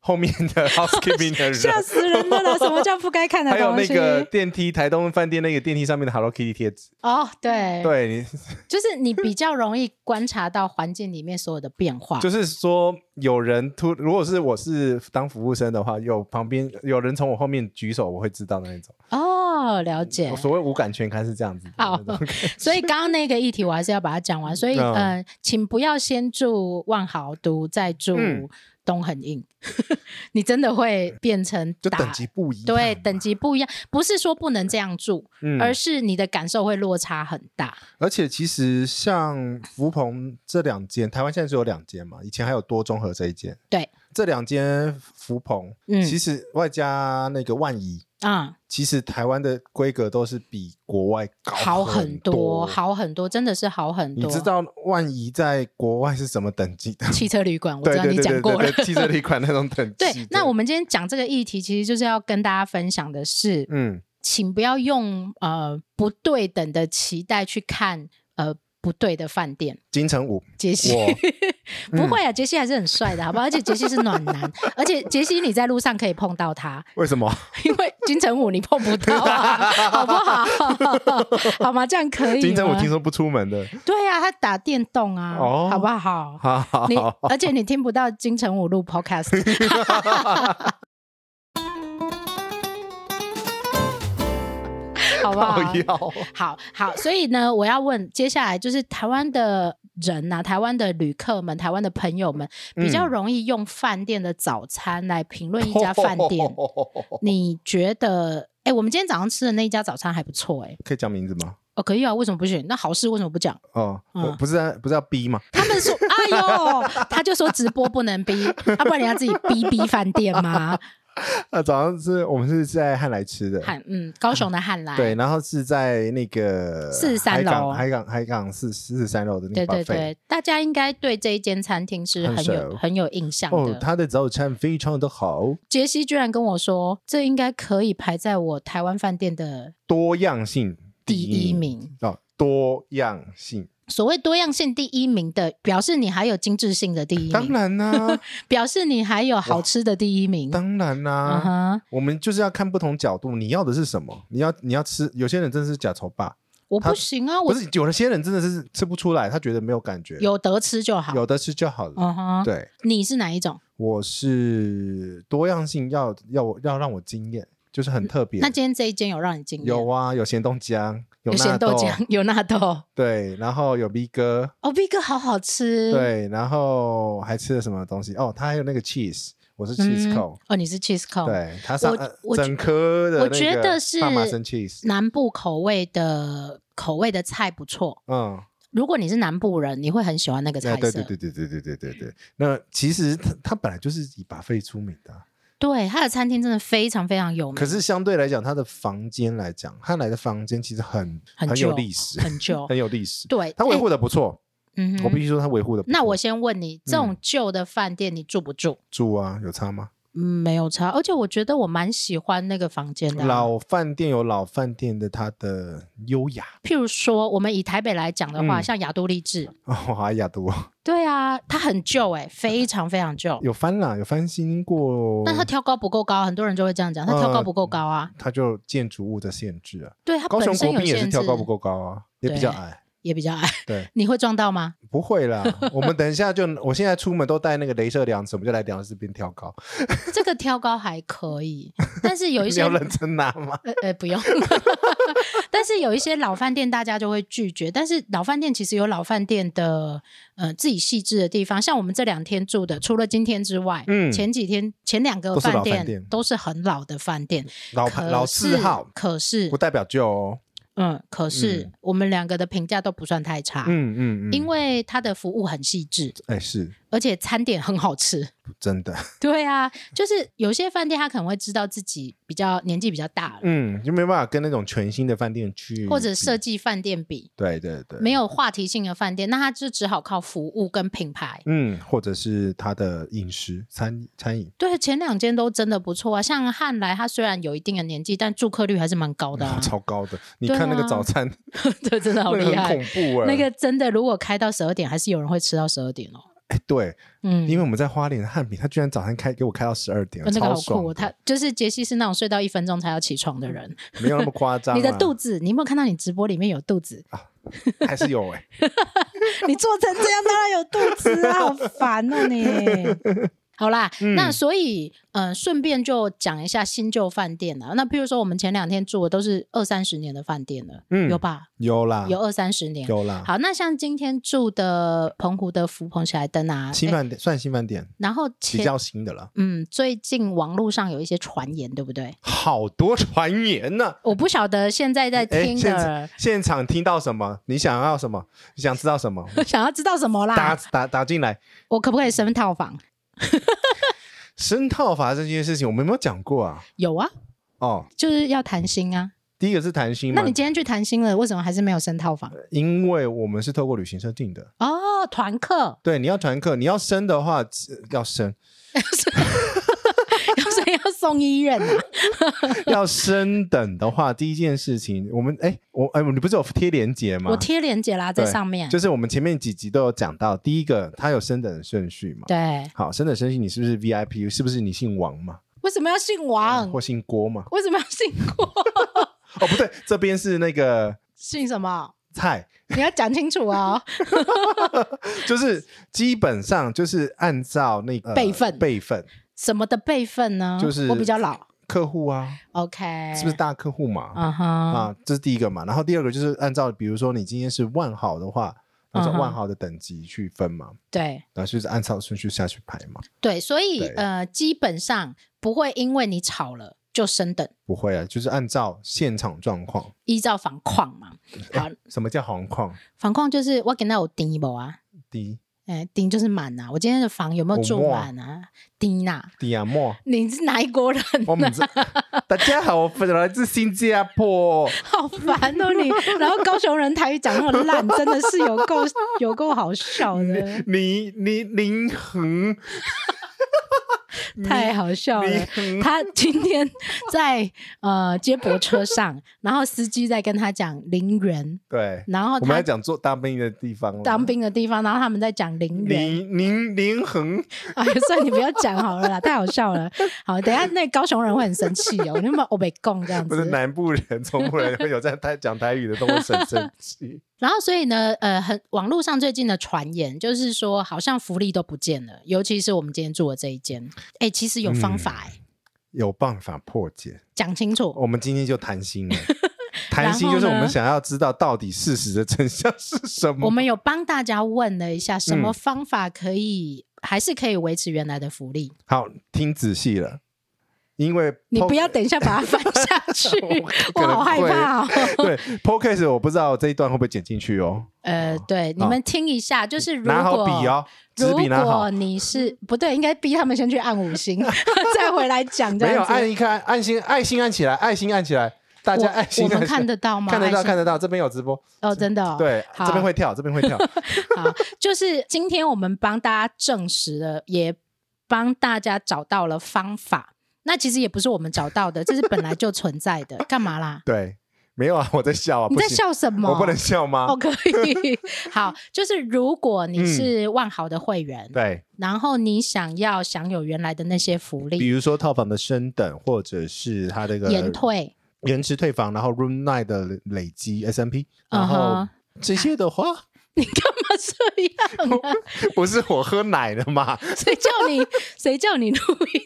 S2: 后面
S1: [laughs]
S2: 的 housekeeping 的
S1: 吓
S2: 人，
S1: 死人了
S2: [laughs]
S1: 啦，什么叫不该看的
S2: 还有
S1: 东
S2: 那
S1: 西？
S2: 个电梯台东饭店那个电梯上面的 Hello Kitty 贴纸，
S1: 哦，对，
S2: 对你
S1: 就是你比较容易观察到环境里面所有的变化，
S2: 就是说有人突，如果是我是当服务生的话，有旁边有人从我后面举手，我会知道的那一种。
S1: 哦，了解
S2: 我。所谓无感全开是这样子的
S1: 好
S2: 那种。
S1: [laughs] 所以刚刚那个议题我还是要把它讲完。所以，
S2: 嗯
S1: 呃，请不要先住万豪都，再住
S2: 嗯
S1: 东恒印， [laughs] 你真的会变成
S2: 就
S1: 打
S2: 等级不一样嘛，
S1: 对等级不一样。不是说不能这样住，
S2: 嗯，
S1: 而是你的感受会落差很大。
S2: 而且其实像福鹏这两间，台湾现在只有两间嘛，以前还有多中和这一间。
S1: 对，
S2: 这两间福鹏，
S1: 嗯
S2: 其实外加那个万怡，
S1: 啊、
S2: 其实台湾的规格都是比国外高
S1: 好
S2: 很
S1: 很多，好很多，真的是好很
S2: 你
S1: 多。
S2: 知道万怡在国外是什么等级的？
S1: 汽车旅馆，我
S2: 对
S1: 知道
S2: 对
S1: 你
S2: 对
S1: 讲
S2: 对
S1: 过了
S2: 对，。对汽车旅馆那种等级。
S1: 对，那我们今天讲这个议题，其实就是要跟大家分享的是，
S2: 嗯，
S1: 请不要用呃不对等的期待去看呃不对的饭店。
S2: 金城武，
S1: 杰西
S2: 我
S1: [laughs] 不会啊，杰西还是很帅的，好不好？而且杰西是暖
S2: [laughs]
S1: 男，而且杰西你在路上可以碰到他，
S2: 为什么？
S1: 因为金城武你碰不到
S2: [laughs]
S1: 啊，好不好？好吗？这样可以吗？
S2: 金城武听说不出门的，
S1: 对啊，他打电动啊，
S2: 哦
S1: 好不好？
S2: 好好
S1: [laughs]
S2: [laughs]
S1: 你
S2: 好，
S1: 而且你听不到金城武录 podcast，好不好？
S2: 要
S1: 好好，所以呢，我要问，接下来就是台湾的人呐、台湾的旅客们、台湾的朋友们，比较容易用饭店的早餐来评论一家饭店。你觉得？哎、我们今天早上吃的那一家早餐还不错、哎，
S2: [laughs] 可以讲名字吗？
S1: 哦，可以啊，为什么不行？那好事为什么不讲？
S2: 哦，
S1: 嗯
S2: 我不是在不是要逼吗？
S1: 他们
S2: [laughs]
S1: 说，哎呦，他就说直播不能逼，要、不然人家自己逼逼饭店吗？
S2: 啊，早上是我们是在汉来吃的，
S1: 汉，嗯，高雄的汉来，
S2: 对，然后是在那个
S1: 43
S2: 海港
S1: 楼
S2: 海港海港四四十三楼的那
S1: 对
S2: 个 b
S1: 对
S2: u
S1: 对，大家应该对这一间餐厅是
S2: 很
S1: 很有
S2: 熟
S1: 很有印象的。
S2: 哦，他的早餐非常的好，
S1: 杰西居然跟我说，这应该可以排在我台湾饭店的
S2: 多样性
S1: 第一
S2: 名
S1: 名。
S2: 哦，多样性，
S1: 所谓多样性第一名的，表示你还有精致性的第一
S2: 当
S1: 名，
S2: 然啦，
S1: 表示你还有好吃的第一名。
S2: 当
S1: [laughs]
S2: 然
S1: 嗯
S2: 啦，
S1: 哼，
S2: 我们就是要看不同角度，你要的是什么？你要你要吃，有些人真的是假愁霸，
S1: 我
S2: 他
S1: 不行啊，
S2: 不
S1: 我
S2: 是有些人真的是吃不出来，他觉得没有感觉，
S1: 有得吃就好。
S2: 有的吃就好了。
S1: 嗯哼，
S2: 对，
S1: 你是哪一种？
S2: 我是多样性要要要让我惊艳，就是很特别
S1: 那。今天这一间有让你惊艳？
S2: 有啊，有咸豆浆，有
S1: 有
S2: 纳
S1: 咸豆浆， [laughs] 有纳豆。
S2: 对，然后有 B 哥，
S1: 哦，B 哥好好吃。，
S2: 对，然后还吃了什么东西？哦，他还有那个 cheese，我是 cheese
S1: 嗯
S2: cone，、
S1: 哦，你是 cheese cone。
S2: 对，他上
S1: 我
S2: 呃
S1: 我觉
S2: 整颗的
S1: 我觉
S2: 那个
S1: 得是
S2: 帕玛森 cheese，
S1: 南部口味的口味的菜不错。
S2: 嗯，
S1: 如果你是南部人，你会很喜欢那个菜
S2: 哎
S1: 色。嗯
S2: 对对对对对对对对对。那其实他他本来就是以把费出名的啊、
S1: 对，他的餐厅真的非常非常有名，
S2: 可是相对来讲，他的房间来讲，他来的房间其实很
S1: 很
S2: 有
S1: 旧
S2: 历史，
S1: 很
S2: [laughs]
S1: 旧。
S2: 很有历史。
S1: 对，
S2: 哎他维
S1: 哎
S2: 护的不错，
S1: 嗯
S2: 我必
S1: 哼。
S2: 嗯须说他维护的不错。
S1: 那我先问你，这种旧的饭店你住不住？
S2: 住啊，有差吗？
S1: 嗯，没有差，而且我觉得我蛮喜欢那个房间的啊、
S2: 老饭店有老饭店的它的优雅
S1: 譬如说，我们以台北来讲的话，
S2: 嗯
S1: 像雅都丽致，
S2: 哦，好雅都
S1: 对啊，它很旧哎、
S2: [laughs]
S1: 非常非常旧。
S2: 有翻啦，有翻新过。
S1: 但它挑高不够高，很多人就会这样讲，它挑高不够高啊。
S2: 它就建筑物的限制啊，
S1: 对，它
S2: 呃高
S1: 本
S2: 雄
S1: 身
S2: 国
S1: 有
S2: 宾也是
S1: 限制
S2: 挑。高不够高啊，也比较矮。
S1: 也比较矮，
S2: 对，
S1: [laughs] 你会撞到吗？
S2: 不会啦， [laughs] 我们等一下就，我现在出门都带那个镭射量尺，我们就来量这边跳高。
S1: 这个挑高还可以，
S2: [laughs]
S1: 但是有一
S2: 你
S1: 些
S2: 要认真拿吗？
S1: 呃呃，不用。 [laughs] 但是有一些老饭店大家就会拒绝，但是老饭店其实有老饭店的呃自己细致的地方，像我们这两天住的，除了今天之外，
S2: 嗯
S1: 前几天前两个
S2: 都是老
S1: 饭
S2: 饭
S1: 店
S2: 店
S1: 都是很老的饭店，
S2: 老
S1: 可
S2: 老
S1: 是
S2: 字号
S1: 可是
S2: 不代表旧哦。
S1: 嗯，可是
S2: 嗯
S1: 我们两个的评价都不算太差，
S2: 嗯嗯嗯，
S1: 啊因为它的服务很细致，
S2: 哎是
S1: 而且餐点很好吃。 [laughs]
S2: 真的，
S1: 对啊，就是有些饭店他可能会知道自己比较年纪比较大了，
S2: 嗯，就没办法跟那种全新的饭店去
S1: 或者
S2: 比
S1: 设计饭店比
S2: 对对对，
S1: 没有话题性的饭店，那他就只好靠服务跟品牌。
S2: 嗯，或者是他的饮食餐餐饮，，
S1: 对，前两间都真的不错啊，像汉来，它虽然有一定的年纪，但住客率还是蛮高的、啊
S2: 超高的。你
S1: 对
S2: 看那个
S1: 啊
S2: 早餐，
S1: [laughs] 对，真的好
S2: 那个
S1: 厉
S2: 很
S1: 害。
S2: 恐怖哎。
S1: 那个真的，如果开到十二点，还是有人会吃到十二点哦。
S2: 哎对，
S1: 嗯，
S2: 因为我们在花莲的汉饼，他居然早餐开给我开到十二点，
S1: 呃那个
S2: 超
S1: 好酷、
S2: 爽
S1: 哦，
S2: 的，
S1: 他就是杰西是那种睡到一分钟才要起床的人。
S2: 没有那么夸张
S1: [laughs]
S2: 啊。
S1: 你的肚子，你有没有看到你直播里面有肚子？ [laughs]
S2: 还是有哎，
S1: 你做成这样当然有肚子啊，好烦哦
S2: [laughs]
S1: 你。好啦，那所以嗯、呃顺便就讲一下新旧饭店啊。那譬如说，我们前两天住的都是二三十年的饭店了，[laughs]
S2: 嗯
S1: 有吧？
S2: 有啦，
S1: 有二三十年。
S2: 有啊啦，
S1: 好，那像今天住的澎湖的福朋喜来登啊，
S2: 新
S1: 诶
S2: 饭店算新饭店，
S1: 然后
S2: 比
S1: 前
S2: 较新的了。
S1: 嗯，最近网络上有一些传言，对不对？
S2: 好多传言呢、
S1: 我不晓得现在在
S2: 哎
S1: 听
S2: 现
S1: 的
S2: 现场听到什么？你想要什么？你想知道什么？
S1: [laughs] 想要知道什么
S2: 打
S1: 啦？
S2: 打打进来。
S1: 我可不可以升套房？
S2: 深套法这件事情，我们有没有讲过啊？
S1: 有啊，
S2: 哦，
S1: 就是要谈心啊。
S2: 第一个是谈心
S1: 那
S2: 嘛
S1: 你，今天去谈心了，为什么还是没有升套房？
S2: 因为我们是透过旅行社订的。
S1: 哦，团 [laughs] 客
S2: 对，你要团客，你要生的话呃
S1: [laughs]
S2: 要生，
S1: 要是要送医院
S2: [laughs]
S1: 啊？
S2: 要升等的话，第一件事情，我们哎，我哎，你不是有贴链接吗？
S1: 我贴链接啦，在
S2: 对
S1: 上面。
S2: 就是我们前面几集都有讲到，第一个它有升等的顺序嘛。
S1: 对，
S2: 好，升等顺序，你是不是 VIP？是不是你姓王嘛？
S1: 为什么要姓王？
S2: 或姓郭嘛？
S1: 为什么要姓郭？
S2: 哦，不对， [laughs] 这边是那个
S1: [laughs] 姓什么？
S2: 菜，
S1: 你要讲清楚哦。
S2: 就是基本上就是按照那个、呃
S1: 辈分
S2: 辈分
S1: [laughs] 什么的辈分呢？
S2: 就是
S1: 我比较老。
S2: 客户啊，
S1: OK，
S2: 是不是？大客户嘛？
S1: 哎嗯哼，
S2: 啊，这是第一个嘛。然后第二个就是按照，比如说你今天是万豪的话，按照
S1: 嗯哼
S2: 万豪的等级去分嘛，
S1: 对
S2: 然后就是按照顺序下去排嘛。
S1: 对，所以
S2: 对
S1: 呃，基本上不会因为你吵了就升等，
S2: 不会啊，就是按照现场状况。
S1: 依照房况
S2: [laughs]
S1: 嘛。好，
S2: 什么叫行况？
S1: 房况就是我给他有低不啊？
S2: 第一，
S1: 哎，顶就是满啊！我今天的房有没有
S2: 有
S1: 住
S2: 没有
S1: 满啊？丁呐，
S2: 第二莫。
S1: 你是哪一国人？
S2: 我们这哦大家好，我本来自新加坡。
S1: [laughs] 好烦哦你！然后高雄人台语讲那么烂，真的是有够 [laughs] 有够好笑的，
S2: 你你林恒，
S1: 太好笑了。
S2: 你
S1: 他今天在呃接驳车上，然后司机在跟他讲陵园，
S2: 对，
S1: 然后
S2: 我们
S1: 哦他
S2: 要讲啊做当兵的地方了。
S1: 当兵的地方，然后他们在讲陵园。
S2: 林林林恒，
S1: 哎，算你不要讲好了啦，太好笑了。好，等一下那高雄人会很生气哦，你们我被供这样
S2: 不是
S1: 子。
S2: 南部人、 [laughs] 中部人有在台讲台语的都会很生
S1: [laughs]
S2: 气。
S1: 然后，所以呢，呃，很网络上最近的传言就是说，好像福利都不见了，尤其是我们今天住的这一间。哎，其实有方
S2: 嗯
S1: 法、哎，
S2: 有办法破解，
S1: 讲清楚。
S2: 我们今天就谈心
S1: [laughs]
S2: 了。
S1: 然
S2: 谈
S1: 后
S2: 心就是我
S1: 呢
S2: 们想要知道到底事实的真相是什么。
S1: 我们有帮大家问了一下，什
S2: 嗯
S1: 么方法可以、还是可以维持原来的福利？
S2: 好听仔细了，因为
S1: 你
S2: po-
S1: 不要等一下把它翻
S2: [laughs]
S1: 下去
S2: 哦我，
S1: 我
S2: 可能
S1: 好害
S2: 会
S1: 怕哦。
S2: 对 podcast，我不知道这一段会不会剪进去哦。
S1: 呃，对，你们听一下，就是如果
S2: 拿好笔哦，纸
S1: 如
S2: 笔拿好
S1: 果。你是不对，应该逼他们先去按五星， [laughs] 再回来讲这
S2: 没有
S1: 样子。
S2: 按一看，按心爱心按起来，爱心按起来，大家
S1: 我
S2: 爱心
S1: 我
S2: 按起
S1: 们
S2: 来。
S1: 看得到吗？
S2: 看得
S1: 还
S2: 到，
S1: 是
S2: 看得到，这边有直播，
S1: 哦，真的、哦、
S2: 对，
S1: 好
S2: 这边会跳，这边会
S1: [laughs]
S2: 跳，
S1: 好，就是今天我们帮大家证实了，也帮大家找到了方法。那其实也不是我们找到的，这是本来就存在
S2: [laughs]
S1: 的。干嘛啦？
S2: 对，没有啊，我在笑啊，
S1: 你
S2: 不
S1: 在
S2: 行，
S1: 笑什么？
S2: 我不能笑吗
S1: 哦，？可
S2: [laughs]
S1: 以。好，就是如果你是万豪的会员，
S2: 嗯对，
S1: 然后你想要享有原来的那些福
S2: 比
S1: 利，
S2: 如说套房的升等，或者是它这个
S1: 延退， [laughs]
S2: 延迟退房，然后 room night 的累积 S M P，然后
S1: 嗯哼
S2: 这些
S1: [laughs]
S2: 的话，
S1: 你干嘛这样啊？
S2: [laughs] 不是我喝奶的
S1: [laughs]
S2: 嘛？
S1: 谁叫你谁叫你录音？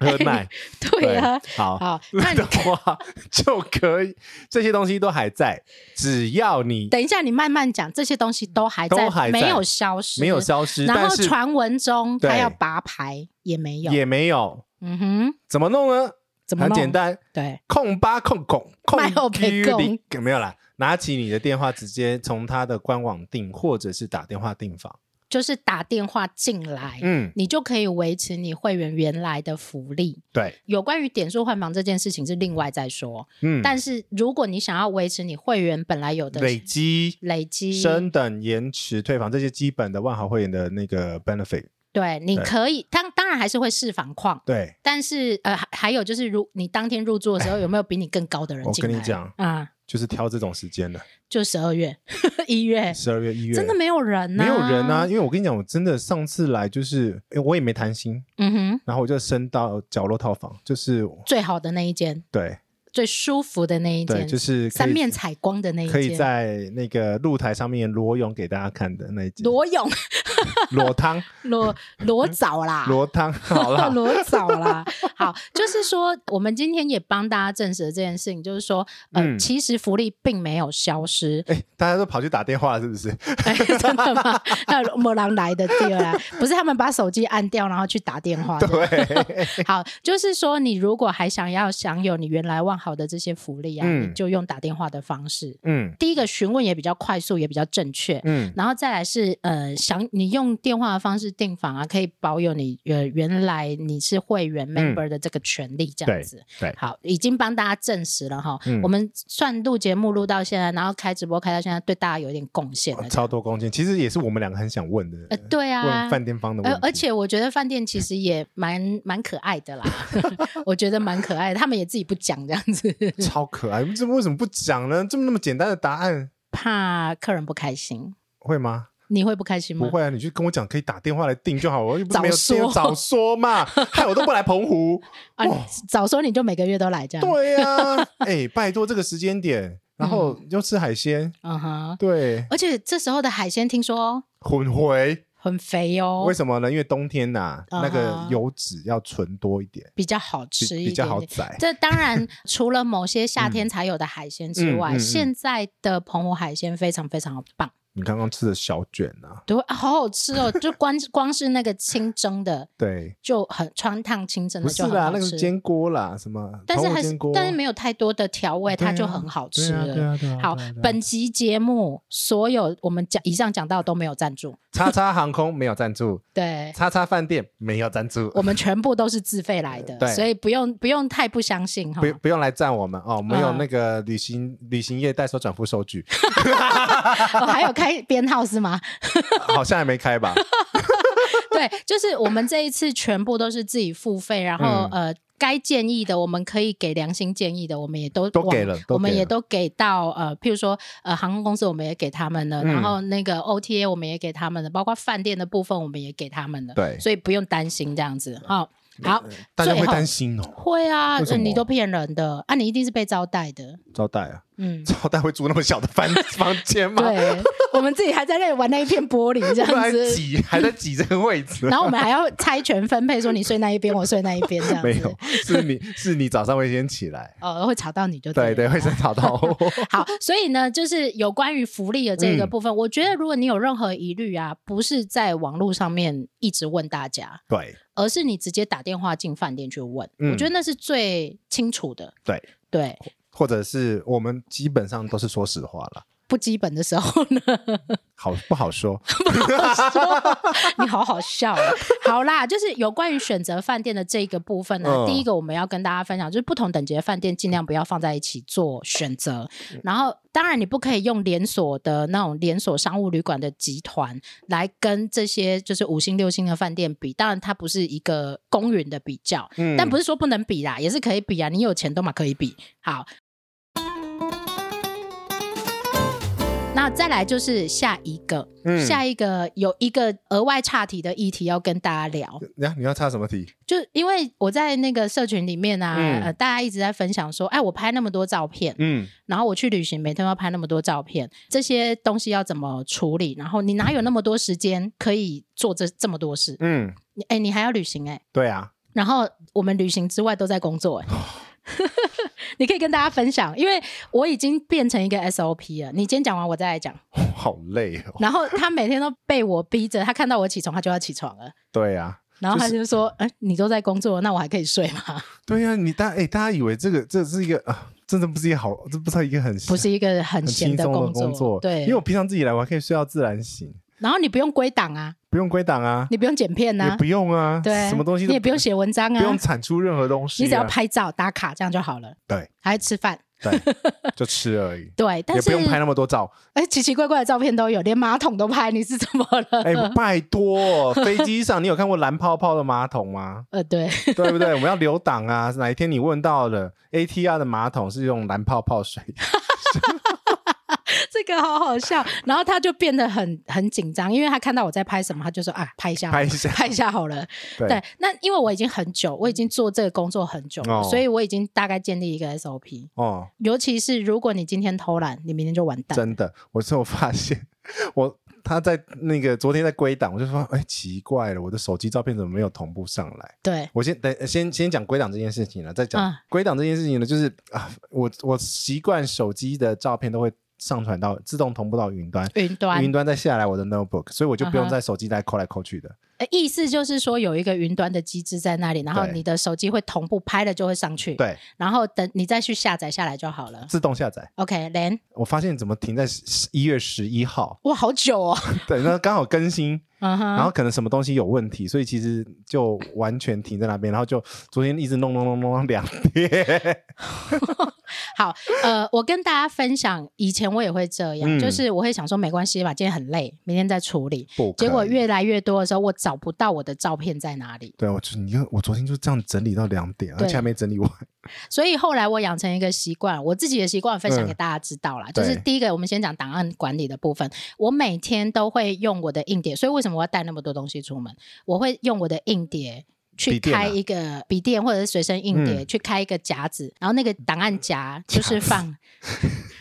S2: 喝奶，
S1: 对啊，，
S2: 好，
S1: 好，那
S2: 那
S1: 你 [laughs]
S2: [laughs] 的话就可以，这些东西都还在，只要你
S1: 等一下，你慢慢讲，这些东西都还在，
S2: 都还在
S1: 没有消失，
S2: 没有消失，
S1: 然
S2: 但
S1: 后
S2: 是
S1: 传闻中他
S2: 对
S1: 要拔牌也没有，
S2: 也没有，
S1: 嗯哼，
S2: 怎么弄呢？
S1: 怎么
S2: 很
S1: 弄
S2: 简，单，
S1: 对，
S2: 控八控拱
S1: 卖后
S2: 控
S1: 陪
S2: Q
S1: 供
S2: 零，没有啦，拿起你的电话，直接从他的官网订，或者是打电话订房。
S1: 就是打电话进来，
S2: 嗯，
S1: 你就可以维持你会员原来的福利。
S2: 对，
S1: 有关于点数换房这件事情是另外再说，
S2: 嗯，
S1: 但是如果你想要维持你会员本来有的
S2: 累积。
S1: 累积，
S2: 升等、延迟、退房这些基本的万豪会员的那个 benefit，
S1: 对，你
S2: 对
S1: 可以当当然还是会视房况，
S2: 对
S1: 但是呃还还有就是如你当天入住的时候有没有比你更高的人
S2: 我
S1: 进来？
S2: 跟你讲，
S1: 啊、
S2: 就是挑这种时间的，
S1: 就十二月、 [laughs] 一月，
S2: 十二月、一月，
S1: 真的没有人、呐，
S2: 没有人啊，。因为我跟你讲，我真的上次来就是，诶我也没谈心，
S1: 嗯哼，
S2: 然后我就升到角落套房，就是
S1: 最好的那一间，
S2: 对
S1: 最舒服的那一
S2: 对，
S1: 间，
S2: 就是可以
S1: 三面采光的那一间，
S2: 可以在那个露台上面裸泳给大家看的那一间，
S1: 裸泳、
S2: 裸
S1: [laughs]
S2: 汤，
S1: 裸裸澡啦，
S2: 裸汤， [laughs] 好啦，
S1: 裸澡啦。好，就是说，我们今天也帮大家证实了这件事情，就是说，呃，
S2: 嗯，
S1: 其实福利并没有消失 [laughs]
S2: 哎，大家都跑去打电话了，是不是？ [laughs]
S1: 哎真的吗？ [laughs] 那没人来的对啦，不是他们把手机按掉，然后去打电话的。 [laughs]
S2: 对，
S1: 好，就是说，你如果还想要享有你原来万豪的这些福利啊，
S2: 嗯
S1: 你就用打电话的方式。
S2: 嗯
S1: 第一个询问也比较快速，也比较正确。
S2: 嗯，
S1: 然后再来是呃，想你用电话的方式订房啊，可以保有你呃原来你是会员 member 的这个权利，这样
S2: 嗯对
S1: 子。
S2: 对，
S1: 好，已经帮大家证实了哈。
S2: 嗯
S1: 我们算录节目录到现在，然后开直播开到现在，对大家有一点贡献了。
S2: 超多公斤，其实也是我们两个很想问的
S1: 呃，，对啊
S2: 问，饭店方的问
S1: 而
S2: 题，
S1: 而且我觉得饭店其实也蛮蛮可爱的
S2: [laughs]
S1: 啦，我觉得蛮可爱的，他们也自己不讲这样
S2: [laughs]
S1: 子，
S2: 超可爱，这为什么不讲呢？这么那么简单的答案
S1: 怕客人不开心。
S2: 会吗？
S1: 你会不开心吗？
S2: 不会啊，你就跟我讲，可以打电话来订就好，我又不
S1: 嗯早
S2: 没有
S1: 说
S2: 订早
S1: [laughs]
S2: 说嘛，害我都不来澎湖。
S1: 啊
S2: 哦，
S1: 早说你就每个月都来这样。，
S2: 对呀、啊，哎、拜托这个时间点，然后又吃海鲜，
S1: 嗯哼。
S2: 对，
S1: 而且这时候的海鲜听说
S2: 混回。
S1: 很肥哦
S2: 为，什么呢？因为冬天呐、
S1: 嗯哼
S2: 那个油脂要存多一点，
S1: 比较好吃
S2: 比
S1: 一
S2: 比较
S1: 点
S2: 好
S1: 点。
S2: 宰。
S1: 这当然除了某些夏天才有的海鲜之外，
S2: 嗯嗯嗯嗯
S1: 现在的澎湖海鲜非常非常棒，
S2: 你刚刚吃的小卷啊，
S1: 对，啊好好吃
S2: [laughs]
S1: 哦！就光光是那个清蒸的
S2: 对，
S1: 就很川烫清蒸
S2: 不
S1: 的
S2: 是
S1: 就很
S2: 啦，
S1: 好
S2: 那个
S1: 吃，
S2: 是煎锅啦，什么
S1: 但是
S2: 糖
S1: 还
S2: 火
S1: 是
S2: 煎锅，
S1: 但是没有太多的调味，
S2: 对啊
S1: 它就很好
S2: 对
S1: 吃
S2: 啊，对
S1: 了。
S2: 啊，对啊。
S1: 好
S2: 对啊对啊，
S1: 本集节目所有我们讲以上讲到都没有赞助，
S2: 叉叉航空没有
S1: [laughs]
S2: 赞助，
S1: 对。
S2: 叉叉饭店没有赞助，
S1: 我们全部都是自费来的，
S2: 对
S1: 所以不用不用太不相信哈。
S2: 不不用来赞我们哦，我们有
S1: 嗯
S2: 那个旅行、旅行业代收转付收据，
S1: 哦，还有开编号是吗？
S2: [laughs]
S1: [laughs]
S2: 好像还没开吧？
S1: 对，就是我们这一次全部都是自己付费，然后、
S2: 嗯
S1: 呃。该建议的，我们可以给良心建议的，我们也都
S2: 都
S1: 往
S2: 给了都
S1: 我们
S2: 给
S1: 也
S2: 了
S1: 都给到呃，譬如说呃，航空公司我们也给他们了，然
S2: 嗯
S1: 后那个 OTA 我们也给他们了，包括饭店的部分我们也给他们了，
S2: 对
S1: 所以不用担心这样子。好、好，
S2: 大家
S1: 最
S2: 会
S1: 后
S2: 担心哦，
S1: 会啊，
S2: 为什
S1: 呃你
S2: 么
S1: 都骗人的啊，你一定是被招待的，
S2: 招待啊，，
S1: 嗯
S2: 招待会住那么小的房
S1: [laughs]
S2: 房间吗？
S1: 对，我们自己还在那里玩那一片玻璃这
S2: 不
S1: 样
S2: 然 [laughs]
S1: 子，
S2: 挤还在挤这个位置
S1: 然，后我们还要猜拳分配，说你睡那一边，我睡那一边这样子，
S2: [laughs] 没有，是你是你早上会先
S1: [laughs]
S2: 起来，
S1: 哦，会吵到你就
S2: 对
S1: 了
S2: 对，会先吵到我，
S1: [laughs] 好，所以呢，就是有关于福利的这个部分，我觉得如果你有任何疑虑啊，不是在网络上面一直问大家，
S2: 对
S1: 而是你直接打电话进饭店去问，
S2: 嗯
S1: 我觉得那是最清楚的。
S2: 对，
S1: 对，
S2: 或者是我们基本上都是说实话了，
S1: 不基本的时候呢，
S2: 好不好说？
S1: [laughs] 你好好笑哦。好啦，就是有关于选择饭店的这个部分呢、
S2: 嗯
S1: 第一个我们要跟大家分享，就是不同等级的饭店尽量不要放在一起做选择。然后，当然你不可以用连锁的那种连锁商务旅馆的集团来跟这些就是五星六星的饭店比。当然，它不是一个公允的比较，
S2: 嗯
S1: [laughs] 但不是说不能比啦，也是可以比啊。你有钱都嘛可以比。好。那那再来就是下一个，
S2: 嗯，
S1: 下一个有一个额外岔题的议题要跟大家聊，
S2: 呀，嗯你要插什么题？
S1: 就因为我在那个社群里面啊，
S2: 嗯
S1: 呃，大家一直在分享说，哎，我拍那么多照片，
S2: 嗯，
S1: 然后我去旅行，每天要拍那么多照片，这些东西要怎么处理？然后你哪有那么多时间可以做这这么多事？
S2: 嗯，
S1: 你哎，你还要旅行哎、
S2: 对啊，
S1: 然后我们旅行之外都在工作、欸，
S2: 哦
S1: [laughs] 你可以跟大家分享，因为我已经变成一个 SOP 了。你今天讲完，我再来讲。
S2: 好累哦。
S1: 然后他每天都被我逼着，他看到我起床，他就要起床了。
S2: 对啊，
S1: 然后他就说：“哎、你都在工作，那我还可以睡吗
S2: 对啊，你大哎，大家以为这个这是一个啊，真的不是一个好，这不是一个很？”
S1: 不是一个很
S2: 很
S1: 闲
S2: 轻松
S1: 工
S2: 工作，
S1: 对
S2: 因为。我平常自己来，我还可以睡到自然醒，
S1: 然后你不用归档啊，
S2: 不用归档啊，
S1: 你不用剪片
S2: 也
S1: 啊
S2: 不，用啊，
S1: 对，
S2: [laughs] 什么东西
S1: 你
S2: 都
S1: 也不用写文章
S2: 不
S1: 啊，
S2: 用产出任何东西啊，
S1: 你只要拍照打卡这样就好了。
S2: 对，
S1: 还吃饭。。
S2: 对，就吃而已
S1: 对，但
S2: 也
S1: 是
S2: 不用拍那么多照，
S1: 哎，奇奇怪怪的照片都有，连马桶都拍，你是怎么了？
S2: 哎，拜托，飞机上你有看过蓝泡泡的马桶
S1: [laughs]
S2: 吗？
S1: [laughs] 呃，对，
S2: 对不对？我们要留档啊！哪一天你问到了 ATR 的马桶是用蓝泡
S1: [laughs]
S2: 泡水，
S1: 这个好好笑。然后他就变得很很紧张，因为他看到我在拍什么，他就说啊，拍一下好了，
S2: 拍一
S1: [laughs]
S2: 下
S1: 拍一下好了。
S2: 对
S1: 对，那因为我已经很久，我已经做这个工作很久了，
S2: 哦
S1: 所以我已经大概建立一个 SOP。 [laughs]
S2: 哦，
S1: 尤其是如果你今天偷懒，你明天就完蛋。
S2: 真的，我最后发现， [laughs] 我他在那个昨天在归档，我就说，哎，奇怪了，我的手机照片怎么没有同步上来？
S1: 对，
S2: 我先等，先先讲归档这件事情了，再讲
S1: 嗯
S2: 归档这件事情呢，就是啊，我我习惯手机的照片都会上传到自动同步到云端，
S1: 云端
S2: 云，端再下来我的 notebook，所以我就不
S1: 嗯
S2: 用
S1: 哼
S2: 在手机来抠来抠去的。
S1: 呃意思就是说有一个云端的机制在那里，然后
S2: 对
S1: 你的手机会同步拍了就会上去，
S2: 对，
S1: 然后等你再去下载下来就好了。
S2: 自动下载。
S1: OK，连
S2: 我发现怎么停在一月十一号，
S1: [laughs] 哇，好久
S2: [laughs]
S1: 哦，
S2: 对，那刚好更新，
S1: 嗯哼，
S2: 然后可能什么东西有问题，所以其实就完全停在那边，然后就昨天一直弄弄弄弄弄两天，
S1: 好，呃，我跟大家分享，以前我也会这样，
S2: 嗯
S1: 就是我会想说没关系吧，今天很累，明天再处理。
S2: 不可
S1: [laughs]
S2: 以
S1: 结果越来越多的时候，我找不到我的照片在哪里，
S2: 对我就你看我昨天就这样整理到两点，而且还没整理完，
S1: 所以后来我养成一个习惯，我自己的习惯分享给大家知道啦。就是
S2: 嗯对
S1: 第一个，我们先讲档案管理的部分，我每天都会用我的硬碟，所以为什么我要带那么多东西出门？我会用我的硬碟。去
S2: 笔电啊嗯
S1: 开一个笔电或者是随身硬碟，去开一个夹子，然后那个档案夹就是放， [laughs]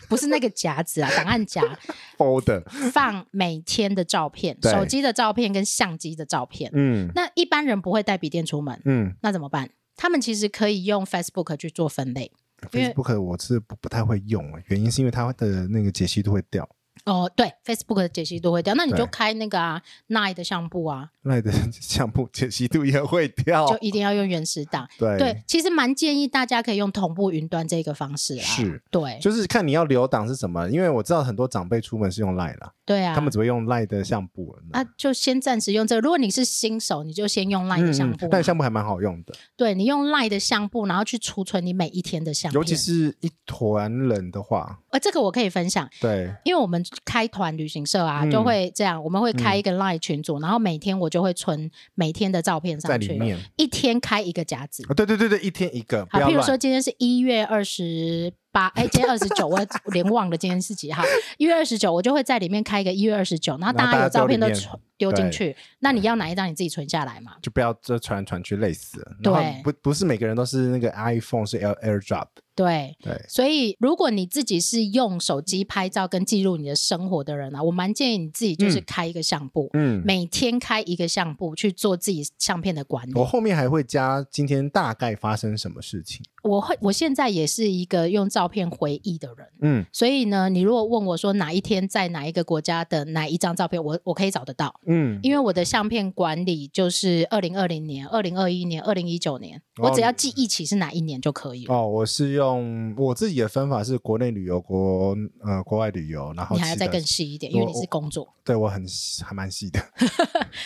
S1: 不是那个夹子啊，档案夹 [laughs]
S2: folder，
S1: 放每天的照片，
S2: 对
S1: 手机的照片跟相机的照片。
S2: 嗯
S1: 那一般人不会带笔电出门，
S2: 嗯
S1: 那怎么办？他们其实可以用 Facebook 去做分类。因为
S2: ，Facebook 我是不不太会用啊，原因是因为它的那个解析度会掉，
S1: 哦，对，Facebook 的解析度会掉，那你就
S2: 对
S1: 开那个啊 Nine 的相簿啊，
S2: 那你的 [laughs] 项目解析度也会掉，
S1: 就一定要用原始档。
S2: 哦对
S1: 对，其实蛮建议大家可以用同步云端这个方式啊。
S2: 是，
S1: 对，
S2: 就是看你要留档是什么，因为我知道很多长辈出门是用 Line 啦，
S1: 对啊。
S2: 他们只会用 Line 的相簿而已。
S1: 啊，就先暂时用这个。如果你是新手，你就先用 Line 的相簿啊嘛。
S2: 嗯但相簿还蛮好用的，
S1: 对你用 Line 的相簿，然后去储存你每一天的相片。
S2: 尤其是一团人的话，
S1: 呃，这个我可以分享，
S2: 对，
S1: 因为我们开团旅行社啊，
S2: 嗯
S1: 就会这样，我们会开一个 Line 群组，然后每天我就会存每天的照片
S2: 在
S1: 上
S2: 里
S1: 去，
S2: 面。
S1: 一天开一个夹子。
S2: 哦，对对对对，一天一个，
S1: 好，
S2: 不要
S1: 譬如
S2: 乱
S1: 说。今天是一月二十八，哎，今天二十九，我连忘了今天是
S2: [laughs]
S1: 几号。一月二十九，我就会在里面开一个一月二十九，然后
S2: 然
S1: 大家
S2: 后大
S1: 有
S2: 家
S1: 照片都
S2: 丢里面
S1: 存丢进去。那你要哪一张你自己存下来嘛？
S2: 就不要这传来传去累死了，
S1: 对
S2: 然后不不是每个人都是那个 iPhone 是 Air AirDrop，
S1: 对，
S2: 对，
S1: 所以如果你自己是用手机拍照跟记录你的生活的人啊，我蛮建议你自己就是
S2: 嗯
S1: 开一个相簿，
S2: 嗯，
S1: 每天开一个相簿去做自己相片的管理。
S2: 我后面还会加今天大概发生什么事情，
S1: 我会，我现在也是一个用照片回忆的人，
S2: 嗯
S1: 所以呢，你如果问我说哪一天在哪一个国家的哪一张照片，我我可以找得到，
S2: 嗯，
S1: 因为我的相片管理就是二零二零年、二零二一年、二零一九年，
S2: 哦
S1: 我只要记忆起是哪一年就可以了。
S2: 哦，我是用我自己的分法是国内旅游，国呃国外旅游，然后
S1: 你还要
S2: 其
S1: 再
S2: 他
S1: 更细一点，因为你是工作。
S2: 对我很细还蛮细的，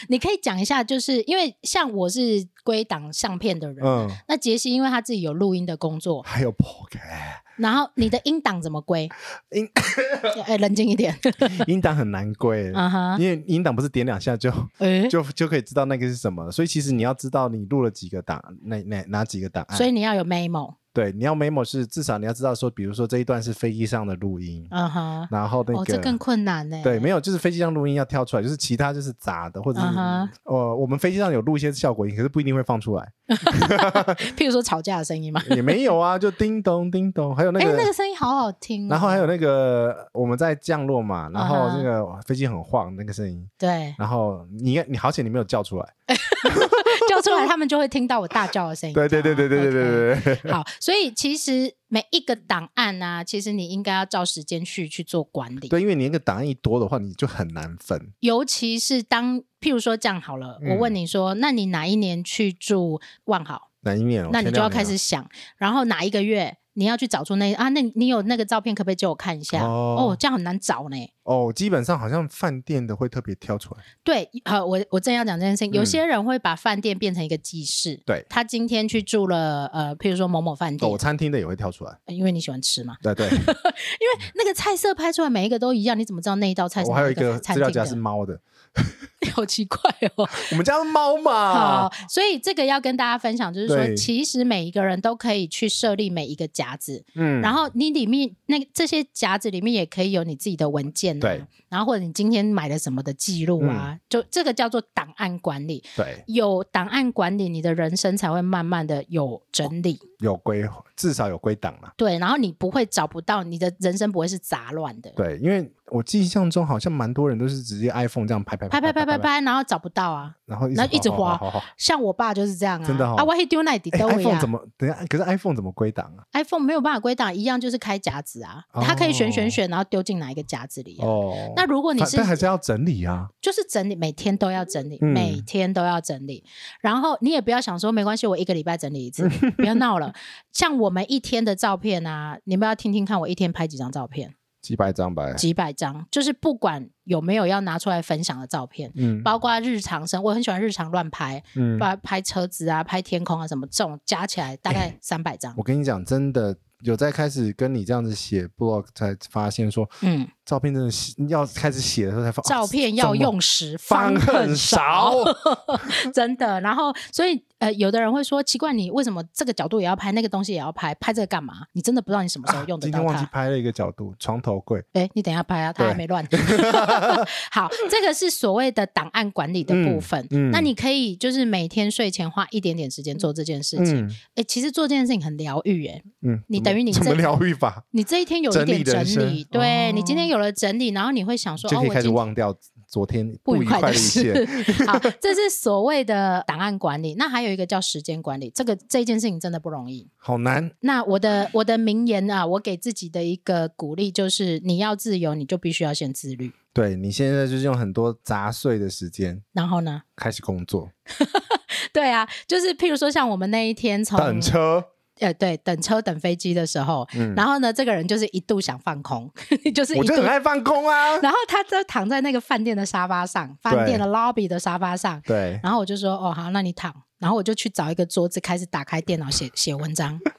S1: 你可以讲一下，就是因为像我是归档相片的人，
S2: 嗯，
S1: 那杰西因为他自己有录音的工作，
S2: 还有 Podcast，
S1: 然后你的音档怎么归？
S2: 音
S1: [laughs] 哎，冷静一
S2: [laughs]
S1: 点，
S2: 音档很难归，
S1: 啊哈，
S2: 因为音档不是点两下就
S1: 哎，
S2: 就就可以知道那个是什么了，所以其实你要知道你录了几个档，哪哪哪几个档案，
S1: 所以你要有 memo。
S2: 对，你要 memo 是至少你要知道说，比如说这一段是飞机上的录音，
S1: 嗯哼，
S2: 然后那
S1: 哦，
S2: 个、
S1: 这更困难呢。
S2: 对，没有，就是飞机上录音要跳出来，就是其他就是杂的，或者是、
S1: 嗯哼
S2: 呃，我们飞机上有录一些效果音，可是不一定会放
S1: [laughs]
S2: 出来，
S1: 譬如说吵架的声音嘛，
S2: 也没有啊，就叮咚叮咚，还有那
S1: 哎，
S2: 个，
S1: 那个声音好好听哦。
S2: 然后还有那个我们在降落嘛，然后
S1: 嗯哼嗯
S2: 那个飞机很晃那个声音，
S1: 对
S2: 然后你你好险你没有叫出来，
S1: 叫出来，他们就会听到我大叫的声音。
S2: 对对对对对对对
S1: 这样
S2: 对对对，
S1: OK 好，所以其实每一个档案啊，其实你应该要照时间序去做管理，
S2: [laughs] 对，因为你那个档案一多的话，你就很难分，
S1: 尤其是当譬如说这样好
S2: 嗯
S1: 了，我问你说，那你哪一年去住万豪？
S2: 难以免哦。
S1: 那你
S2: 前
S1: 就要
S2: 两
S1: 开
S2: 年
S1: 始想，然后哪一个月你要去找出那啊？那你有那个照片，可不可以借我看一下？
S2: 哦
S1: 哦这样很难找呢。
S2: 哦，基本上好像饭店的会特别
S1: [laughs]
S2: 挑出来，
S1: 对，好，我我正要讲这件事情。有
S2: 嗯
S1: 些人会把饭店变成一个记事，
S2: 对
S1: 他今天去住了呃，譬如说某某饭店
S2: 哦，，餐厅的也会挑出来，
S1: 因为你喜欢吃嘛，[laughs]
S2: 对对。
S1: 因为那个菜色拍出来每一个都一样，你怎么知道那一道菜是
S2: 哦我还有
S1: 哪
S2: 一个
S1: 餐
S2: 资料
S1: 厅
S2: 夹
S1: 的？
S2: 是猫的，
S1: [laughs] 好奇怪
S2: [laughs]
S1: 哦。
S2: 我们家有猫嘛
S1: 好，，所以这个要跟大家分享，就是说，
S2: 啊对
S1: 其实每一个人都可以去设立每一个夹子，
S2: 嗯，
S1: 然后你里面那个这些夹子里面也可以有你自己的文件、啊，
S2: 对，嗯
S1: 然后或者你今天买了什么的记录啊，就这个叫做档案管理。
S2: 对
S1: 有档案管理，你的人生才会慢慢的有整理，
S2: 有归，至少有归档啦。
S1: 对，然后你不会找不到，你的人生不会是杂乱的，
S2: 对，因为我印象中好像蛮多人都是直接 iPhone 这样拍拍
S1: 拍拍
S2: 拍
S1: 拍拍
S2: 拍，
S1: 拍，然后找不到啊。
S2: 然后
S1: 然后一直
S2: 滑
S1: 滑
S2: 滑滑滑。
S1: 像我爸就是这样啊，
S2: 真的哦
S1: 啊，我去丢那
S2: [laughs]
S1: 底
S2: 哎
S1: 都
S2: ，iPhone
S1: 呀
S2: 怎么？等一下，可是 iPhone 怎么归档啊？
S1: ，iPhone 没有办法归档，一样就是开夹子啊，
S2: 哦
S1: 它可以选选选，然后丢进哪一个夹子里啊。
S2: 哦，
S1: 那如果你
S2: 反
S1: 是
S2: 但还是要整理啊。
S1: 就是整理，每天都要整理，
S2: 嗯
S1: 每天都要整理。然后你也不要想说没关系，我一个礼拜整理一
S2: [laughs]
S1: 次，不要闹了。像我们一天的照片啊，你们要听听看，我一天拍几张照片，
S2: 几百张吧，
S1: 几百张，就是不管有没有要拿出来分享的照片，
S2: 嗯
S1: 包括日常生，我很喜欢日常乱拍，
S2: 嗯，
S1: 把拍车子啊、拍天空啊什么这种加起来大概三百张
S2: 哎我。跟你讲，真的有在开始跟你这样子写 blog，才发现说
S1: 嗯，
S2: 照片真的是要开始写的时候才发，哦
S1: 照片要用时方
S2: 很
S1: 恨少。 [laughs] 真的。然后，所以呃，有的人会说，奇怪，你为什么这个角度也要拍，那个东西也要拍，拍这个干嘛？你真的不知道你什么时候用得
S2: 啊今
S1: 到
S2: 天忘
S1: 它
S2: 记。拍了一个角度，床头柜。
S1: 哎、你等一下拍啊，它还
S2: 对
S1: 没
S2: [laughs]
S1: 乱。 [laughs] 好，这个是所谓的档案管理的部分。
S2: 嗯嗯
S1: 那你可以就是每天睡前花一点点时间做这件事情。哎、
S2: 嗯
S1: 其实做这件事情很疗愈、哎，
S2: 嗯，
S1: 你
S2: 怎么
S1: 等于你
S2: 怎
S1: 这
S2: 么疗愈法，
S1: 你这一天有一点整理，
S2: 整理人生哦
S1: 对、你今天有了整理，然后你会想说，
S2: 就
S1: 哦，
S2: 可以
S1: 我
S2: 开始
S1: 今
S2: 忘掉昨天
S1: 不愉
S2: 愉
S1: 快
S2: 快
S1: 的
S2: 一
S1: 事
S2: 切。。
S1: [laughs] 好，这是所谓的档案管理。那还有一个叫时间管理，这个这件事情真的不容易。
S2: 好难，
S1: 那我
S2: 哎
S1: 的我的名言啊，我给自己的一个鼓励就是：你要自由，你就必须要先自律。
S2: 对你现在就是用很多杂碎的时间
S1: 然后呢？ [laughs]
S2: 开始工作，
S1: 对啊，就是譬如说，像我们那一天从
S2: 等车，
S1: 呃对等车等飞机的时候，
S2: 嗯，
S1: 然后呢，这个人就是一度想放空， [laughs] 就是
S2: 我
S1: 一
S2: 就
S1: 度
S2: 很爱放空啊。
S1: 然后他就躺在那个饭店的沙发上，饭店的 lobby 的沙发上，
S2: 对，
S1: 然后我就说哦好，那你躺。然后我就去找一个桌子，开始打开电脑写写文章。 [laughs]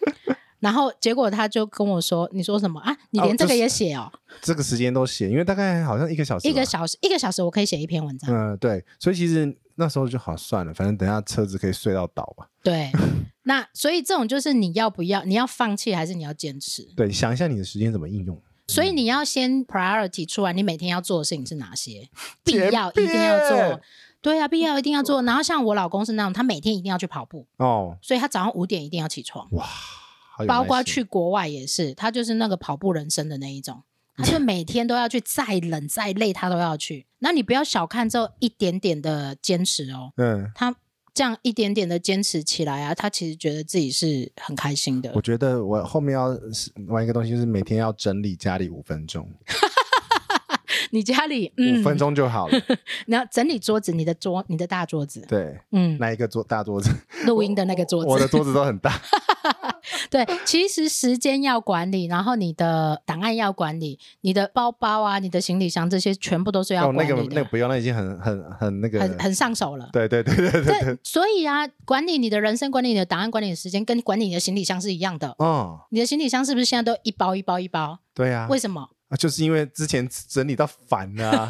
S1: 然后结果他就跟我说：“你说什么啊？你连
S2: 哦
S1: 这
S2: 就
S1: 个
S2: 是
S1: 也写哦？
S2: 这个时间都写，因为大概好像一个小时吧，
S1: 一个小时，一个小时我可以写一篇文章。
S2: 嗯，对，所以其实那时候就好算了，反正等一下车子可以睡到倒吧。
S1: 对，那所以这种就是你要不要，你要放弃还是你要坚持？
S2: 对，想一下你的时间怎么应用。
S1: 所以你要先 priority 出来，你每天要做的事情是哪
S2: [laughs]
S1: 些？必
S2: 简
S1: 要一定要做
S2: 便，
S1: 对啊，必要一定要做。然后像我老公是那种，他每天一定要去跑步，
S2: 哦，
S1: 所以他早上五点一定要起床。
S2: 好有
S1: 包
S2: 耐
S1: 括
S2: 心
S1: 去国外也是，他就是那个跑步人生的那一种，他就每天都要去，再冷再累他都要去。那你不要小看这一点点的坚持哦，
S2: 嗯，
S1: 他这样一点点的坚持起来啊，他其实觉得自己是很开心的
S2: 我。觉得我后面要是玩一个东西，就是每天要整理家里五分钟，
S1: 你家里
S2: 五
S1: 嗯，
S2: 分钟
S1: [laughs]
S2: 就好了。
S1: 然后整理桌子，你的桌，你的大桌子，
S2: 对，
S1: 嗯，
S2: 那一个桌大桌子，
S1: 录音的那个桌
S2: 我的
S1: 子，
S2: 桌子都很
S1: [laughs]
S2: 大。
S1: 对，其实时间要管理，然后你的档案要管理，你的包包啊，你的行李箱这些全部都是要
S2: 哦，
S1: 管
S2: 那
S1: 理的，
S2: 个那个不用，那已经很很很那个。
S1: 很很上手了。
S2: 对对对对对对
S1: 对，，所以啊，管理你的人生，管理你的档案，管理你的时间，跟管理你的行李箱是一样的。
S2: 哦，
S1: 你的行李箱是不是现在都一包一包一包？
S2: 对呀、
S1: 为什么？
S2: 啊，就是因为之前整理到烦
S1: [laughs]
S2: 了、啊，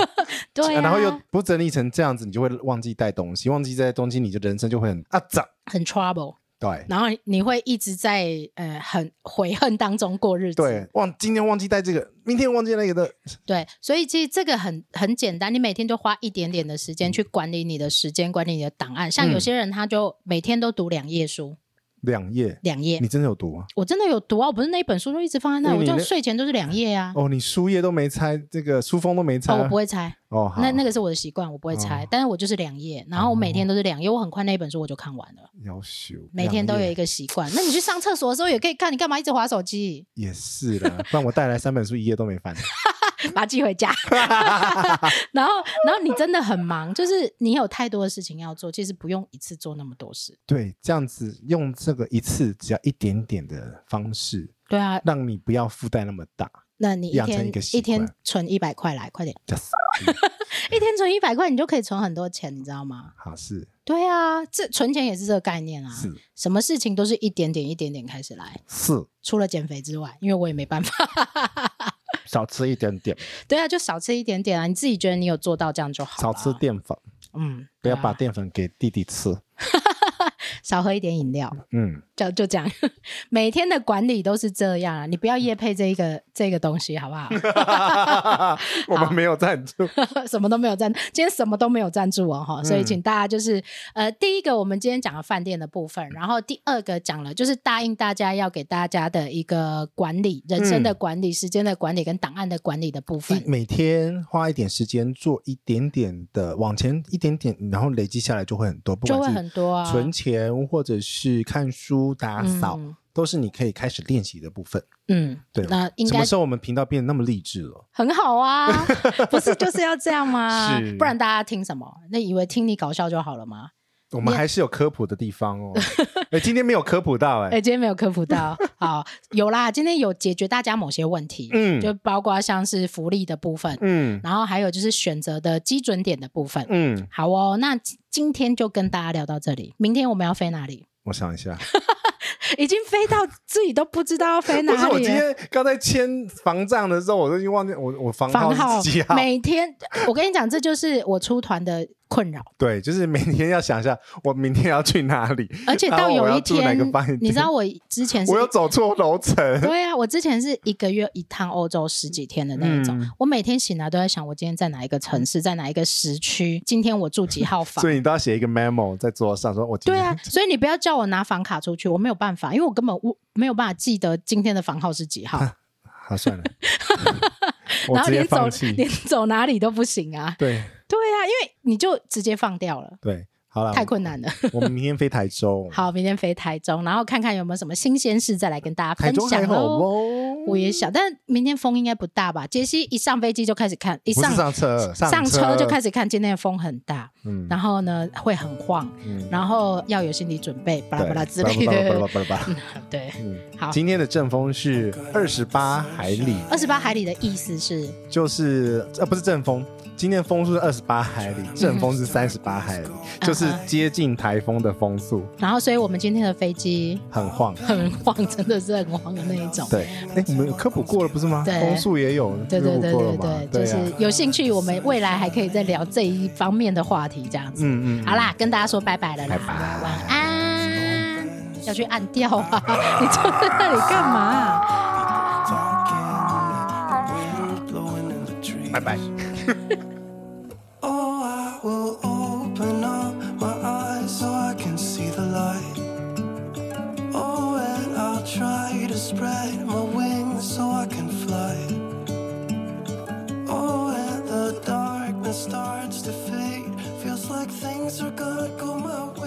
S1: 对、啊，
S2: 然后又不整理成这样子，你就会忘记带东西，忘记带东西，你就人生就会很啊长。
S1: 很 trouble。
S2: 对
S1: 然后你会一直在呃很悔恨当中过日子。
S2: 对，忘今天忘记带这个，明天忘记那个的，
S1: 对，所以其实这个很很简单，你每天就花一点点的时
S2: 嗯
S1: 间去管理你的时间，管理你的档案。像有些人他就每天都读两页书，
S2: 两页，
S1: 两页。
S2: 你真的有读吗？
S1: 我真的有读啊，我不是那一本书就一直放在那，我
S2: 因为嗯你
S1: 就
S2: 那
S1: 睡前都是两页啊。
S2: 哦，你书页都没拆，这个书封都没拆
S1: 哦，我
S2: 啊，
S1: 不会猜，
S2: 哦，好
S1: 那那个是我的习惯，我不会猜，
S2: 哦
S1: 但是我就是两页，然后我每天都是两页，我很快那一本书我就看完了，
S2: 要修，
S1: 每天都有
S2: 两
S1: 一
S2: 页
S1: 个习惯。那你去上厕所的时候也可以看，你干嘛一直划手机？
S2: 也是
S1: [laughs]
S2: 啦，不然我带来三本书一页都没翻，
S1: 把它寄回
S2: [laughs]
S1: 家。 [laughs] 然后，然后你真的很忙，就是你有太多的事情要做，其实不用一次做那么多事。
S2: 对，这样子用这个一次只要一点点的方式，
S1: 对啊，
S2: 让你不要负担那么大。
S1: 那你一
S2: 养成
S1: 天
S2: 一个习
S1: 一天
S2: 惯
S1: 存一百块来，快点，
S2: Yes，
S1: 一天存一百块，你就可以存很多钱，你知道吗？
S2: 好是
S1: 对啊，这存钱也是这个概念啊。
S2: 是
S1: 什么事情都是一点点一点点开始来，
S2: 是，
S1: 除了减肥之外，因为我也没办法。
S2: 少吃一点点，
S1: 对啊，就少吃一点点啊，你自己觉得你有做到这样就好。
S2: 少吃，淀粉，
S1: 嗯，
S2: 不要
S1: 对啊
S2: 把淀粉给弟弟吃。
S1: 少喝一点饮料，
S2: 嗯，
S1: 就就这样。 [laughs] 每天的管理都是这样啊，你不要夜配这一个这个东西，好不
S2: [laughs]
S1: 好？
S2: [laughs] 我们没有赞 [laughs] 助，
S1: 什么都没有赞，今天什么都没有赞助哦，哈，
S2: 嗯
S1: 所以请大家就是，呃，第一个我们今天讲了饭店的部分，然后第二个讲了就是答应大家要给大家的一个管理、人生
S2: 嗯
S1: 的管理、时间的管理跟档案的管理的部分。
S2: 每天花一点时间做一点点的往前一点点，然后累积下来就会很多，不
S1: 就会
S2: 管
S1: 很
S2: 是
S1: 多啊，
S2: 存钱或者是看书、打扫，
S1: 嗯
S2: 都是你可以开始练习的部分。
S1: 嗯，
S2: 对，
S1: 那应
S2: 什
S1: 该
S2: 么时候我们频道变得那么励志了？
S1: 很好啊，
S2: [laughs]
S1: 不是就是要这样吗
S2: 是？
S1: 不然大家听什么？那以为听你搞笑就好了吗？
S2: 我们还是有科普的地
S1: [laughs]
S2: 方哦。哎，今天没有科普到
S1: 哎、
S2: 哎，
S1: 今天没有科普
S2: [laughs]
S1: 到，好，有啦，今天有解决大家某些问题，
S2: 嗯
S1: 就包括像是福利的部分，
S2: 嗯
S1: 然后还有就是选择的基准点的部分。
S2: 嗯，
S1: 好哦，那今今天就跟大家聊到这里。明天我们要飞哪里？
S2: 我想一下，
S1: 已经飞到自己都不知道要飞哪
S2: 不
S1: 里啊了。
S2: 是 [laughs] 我今天刚才签房账的时候，我都已经忘记我我房
S1: 房
S2: 号
S1: 号
S2: 是几号。
S1: 每天，我跟你讲，这就是我出团的困扰。
S2: 对，就是每天要想一下，我明天要去哪里，
S1: 而且到
S2: 然后我
S1: 有
S2: 要
S1: 一
S2: 住哪
S1: 天
S2: 个饭店，
S1: 你知道我之前是
S2: 我又走错楼层， [laughs]
S1: 对啊，我之前是一个月一趟欧洲十几天的那一种，
S2: 嗯
S1: 我每天醒来都在想，我今天在哪一个城市，在哪一个时区，今天我住几号
S2: [laughs]
S1: 房
S2: 所。以你都要写一个 memo 在桌上，说我今
S1: 对
S2: 天
S1: 啊，所以你不要叫我拿房卡出去，我没有办法，因为我根本我没有办法记得今天的房号是几号，
S2: 好、算了， [laughs] 我
S1: 然后
S2: 直
S1: 你
S2: 接
S1: 走
S2: 放弃
S1: 你。走哪里都不行啊。
S2: 对
S1: 对啊，因为你就直接放掉了，
S2: 对，好了，
S1: 太困难了。
S2: 我们明天飞台州，
S1: 好，明天飞台中，然后看看有没有什么新鲜事，再来跟大家
S2: 台
S1: 分
S2: 中还
S1: 享
S2: 好
S1: 喽。
S2: 哦喽。
S1: 我也想，但明天风应该不大吧？杰西一上飞机就开始看，一
S2: 不
S1: 上
S2: 是上车，
S1: 上车就开
S2: 始，
S1: 始看，今天的风很大，
S2: 嗯
S1: 然后呢会很晃，
S2: 嗯
S1: 然后要有心理准备，巴拉巴拉之类
S2: 对巴
S1: 的。
S2: 拉巴拉巴拉巴拉巴拉。
S1: [laughs] 对，
S2: 嗯，
S1: 好，
S2: 今天的阵风是二十八海里，
S1: 二十八海里的意思是，
S2: 就是呃不是阵风，今天风速是二十八海里，阵风是三十八海里，
S1: 嗯
S2: 就是接近台风的风速，
S1: 然后所以我们今天的飞机
S2: 很晃。
S1: 很晃，真的是很晃的那一种。
S2: 对，哎，我们有科普过了不是吗？
S1: 对
S2: 风速也有
S1: 对
S2: 科
S1: 对
S2: 普
S1: 对
S2: 过了
S1: 对
S2: 嘛
S1: 对，，就
S2: 对
S1: 是
S2: 啊，
S1: 有兴趣，我们未来还可以再聊这一方面的话题，这样子。
S2: 嗯嗯，
S1: 好啦，跟大家说拜拜了啦，
S2: 拜拜
S1: 晚安。要去按掉啊！ [laughs] 你坐在那里干嘛、啊
S3: talking, the wind blowing in the trees.
S2: 拜拜。
S3: [laughs] Oh, I will open up my eyes so I can see the light. Oh, and I'll try to spread my wings so I can fly. Oh, and the darkness starts to fade. Feels like things are gonna go my way.